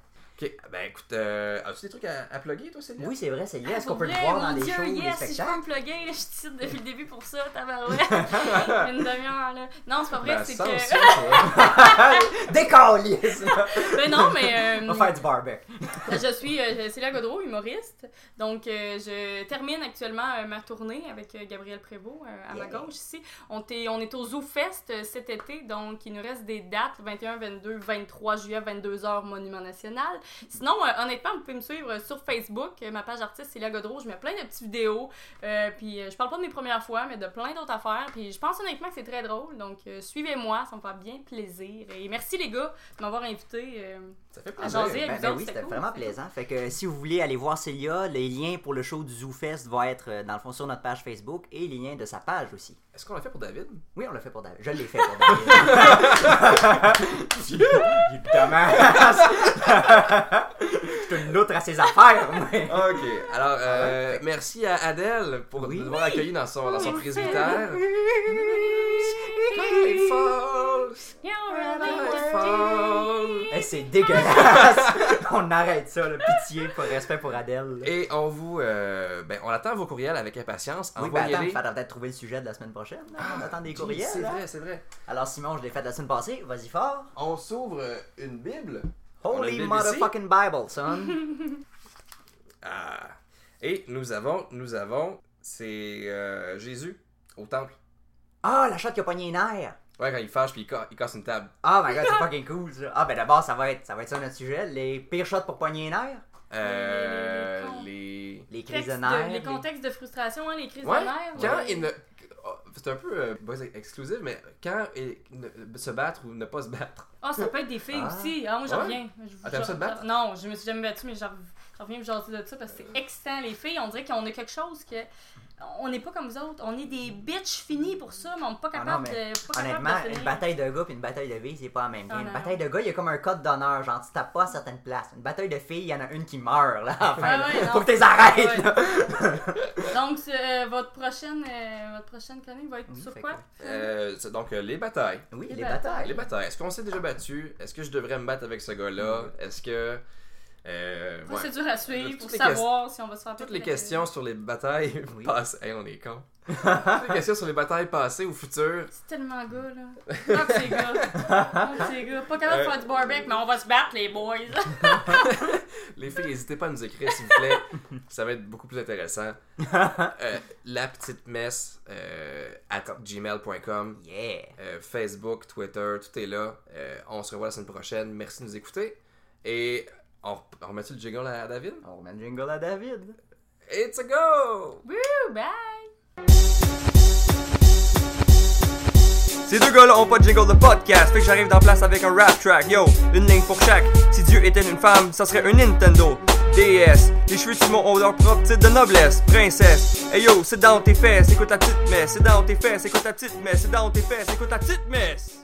Speaker 2: Ok, ben écoute, euh, as-tu des trucs à, à plugger, toi, Célia?
Speaker 3: euh, Oui, c'est vrai, c'est lié. Est-ce
Speaker 4: Ah, Pour
Speaker 3: qu'on peut le
Speaker 4: vrai,
Speaker 3: voir
Speaker 4: mon
Speaker 3: dans les
Speaker 4: Dieu,
Speaker 3: shows ou les
Speaker 4: yes, si je peux
Speaker 3: spectacles?
Speaker 4: me plugger, là, je tire depuis le début pour ça, tabarouette. Une demi-heure, là. Non, c'est pas vrai,
Speaker 2: Ben,
Speaker 4: c'est
Speaker 2: ça
Speaker 4: que...
Speaker 2: aussi, toi.
Speaker 3: Décalisse!
Speaker 4: Ben non, mais...
Speaker 3: On
Speaker 4: euh,
Speaker 3: va faire du barbec.
Speaker 4: Je suis euh, Célia Godreau, humoriste. Donc, euh, je termine actuellement euh, ma tournée avec euh, Gabriel Prévost euh, à ma
Speaker 3: Yeah.
Speaker 4: gauche ici. On, est- on est au Zoo Fest euh, cet été, donc il nous reste des dates 21, 22, 23 juillet, 22h, Monument National. Sinon, euh, honnêtement, vous pouvez me suivre euh, sur Facebook, euh, ma page artiste Célia Godreau. Je mets plein de petites vidéos. euh, puis, euh, je parle pas de mes premières fois, mais de plein d'autres affaires. Puis, je pense honnêtement que c'est très drôle. Donc, euh, suivez-moi, ça me fait bien plaisir. Et merci les gars de m'avoir invité. euh,
Speaker 2: Ça fait
Speaker 4: À
Speaker 2: plaisir.
Speaker 4: jaser
Speaker 3: Ben,
Speaker 4: avec vous
Speaker 3: ben
Speaker 4: autres,
Speaker 3: oui,
Speaker 4: c'était
Speaker 3: c'était
Speaker 4: cool,
Speaker 3: vraiment
Speaker 4: c'était cool.
Speaker 3: plaisant. Fait que si vous voulez aller voir Célia, les liens pour le show du Zoo Fest vont être euh, dans le fond sur notre page Facebook et les liens de sa page aussi.
Speaker 2: Est-ce qu'on l'a fait pour David?
Speaker 3: Oui, on l'a fait pour David. Je l'ai fait pour David. Évidemment. Je suis une loutre à ses affaires, moi.
Speaker 2: Ok, alors euh, merci à Adèle pour
Speaker 3: Oui.
Speaker 2: nous avoir accueillis dans son, dans son
Speaker 4: Oui.
Speaker 2: presbytère.
Speaker 4: Oui.
Speaker 2: Night Falls,
Speaker 4: You're a
Speaker 2: Night
Speaker 4: wonderful-
Speaker 2: Falls.
Speaker 3: Hey, c'est dégueulasse. on arrête ça, le pitié, pour respect pour Adèle.
Speaker 2: Et on vous, euh, ben, on attend vos courriels avec impatience.
Speaker 3: Oui, ben attends, il
Speaker 2: Envoyez-les.
Speaker 3: faudra peut-être trouver le sujet de la semaine prochaine. là. on attend des
Speaker 2: Jeez,
Speaker 3: courriels. hein.
Speaker 2: C'est
Speaker 3: là.
Speaker 2: vrai, c'est vrai.
Speaker 3: Alors Simon, je l'ai fait la semaine passée. Vas-y fort.
Speaker 2: On s'ouvre euh, une Bible. On a une
Speaker 3: Holy
Speaker 2: Bible
Speaker 3: motherfucking Bible, son.
Speaker 2: Ah. Et nous avons, nous avons, c'est euh, Jésus au temple.
Speaker 3: Ah, la chatte qui a pogné une nerfs.
Speaker 2: Ouais, quand il fâche puis il, ca- il casse une table.
Speaker 3: Ah, my god, c'est fucking cool ça. Ah, ben d'abord, ça va être ça, va être ça notre sujet. Les pires shots pour pogner les nerfs.
Speaker 2: Euh,
Speaker 4: Les- les-
Speaker 2: les...
Speaker 3: Les crises
Speaker 4: Texte
Speaker 3: de
Speaker 4: de-
Speaker 3: nerfs.
Speaker 4: les
Speaker 3: les-
Speaker 4: contextes de frustration, hein, les crises
Speaker 2: Ouais,
Speaker 4: de nerfs.
Speaker 2: quand
Speaker 4: ouais.
Speaker 2: il ne... oh, C'est un peu euh, pas exclusif, mais quand il ne- se battre ou ne pas se battre.
Speaker 4: Ah, ça peut être des filles
Speaker 3: Ah.
Speaker 4: aussi. Ah, moi, j'en
Speaker 2: Ouais.
Speaker 4: reviens. Je-
Speaker 2: Ah, t'aimes ça te
Speaker 4: je-
Speaker 2: battre?
Speaker 4: Non, je me suis jamais battue, mais j'en j'en reviens me jaser de ça parce que c'est excitant. Les filles, on dirait qu'on a quelque chose que. On n'est pas comme vous autres. On est des bitches finies pour ça, mais on n'est pas
Speaker 3: Ah non,
Speaker 4: capable
Speaker 3: mais
Speaker 4: de. Pas
Speaker 3: Honnêtement,
Speaker 4: capable de
Speaker 3: une
Speaker 4: finir.
Speaker 2: ben-
Speaker 3: bataille de gars et une bataille de filles, c'est pas la même
Speaker 4: Ah,
Speaker 3: game. Une
Speaker 4: non.
Speaker 3: bataille de gars, il y a comme un code d'honneur, genre tu tapes pas à certaines places. Une bataille de filles, il y en a une qui meurt, là, enfin.
Speaker 4: Ah
Speaker 3: là.
Speaker 4: ouais, non,
Speaker 3: Faut que t'es
Speaker 4: c'est-
Speaker 3: arrêtes,
Speaker 4: ouais.
Speaker 3: là.
Speaker 4: Donc, c'est, euh, votre prochaine euh, votre prochaine chronique va être
Speaker 3: Oui,
Speaker 4: sur
Speaker 3: fait
Speaker 4: quoi
Speaker 3: que-
Speaker 2: Euh, c'est donc, euh, les batailles.
Speaker 3: Oui,
Speaker 4: Les
Speaker 3: les
Speaker 4: batailles.
Speaker 3: batailles.
Speaker 2: Les batailles. Est-ce qu'on s'est déjà battu? Est-ce que je devrais me battre avec ce gars-là? Est-ce que... euh,
Speaker 4: Moi,
Speaker 2: ouais.
Speaker 4: C'est dur à suivre
Speaker 2: Toutes
Speaker 4: pour
Speaker 2: les
Speaker 4: savoir si on va se faire
Speaker 2: Toutes
Speaker 4: battre.
Speaker 2: les questions sur les batailles
Speaker 3: Oui.
Speaker 2: passées... Hey, on est cons. Toutes les questions sur les batailles passées ou futures.
Speaker 4: C'est tellement gars, là. Ah, que c'est gars. Ah, que c'est gars. Pas capable de faire du barbecue, mais on va se battre, les boys.
Speaker 2: Les filles, n'hésitez pas à nous écrire, s'il vous plaît. Ça va être beaucoup plus intéressant. Euh, la petite messe euh, at gmail.com.
Speaker 3: Yeah.
Speaker 2: Euh, Facebook, Twitter, tout est là. Euh, on se revoit la semaine prochaine. Merci de nous écouter. Et on, on remet-tu le jingle à David?
Speaker 3: On remet le jingle à David.
Speaker 2: It's a go!
Speaker 4: Woo, bye!
Speaker 1: Ces deux gars-là ont pas de jingle de podcast, fait que j'arrive dans place avec un rap track. Yo, une ligne pour chaque. Si Dieu était une femme, ça serait un Nintendo. DS, les cheveux de Simon ont leur propre titre de noblesse. Princesse, hey yo, c'est dans tes fesses, écoute la petite messe. C'est dans tes fesses, écoute la petite messe. C'est dans tes fesses, écoute la petite messe.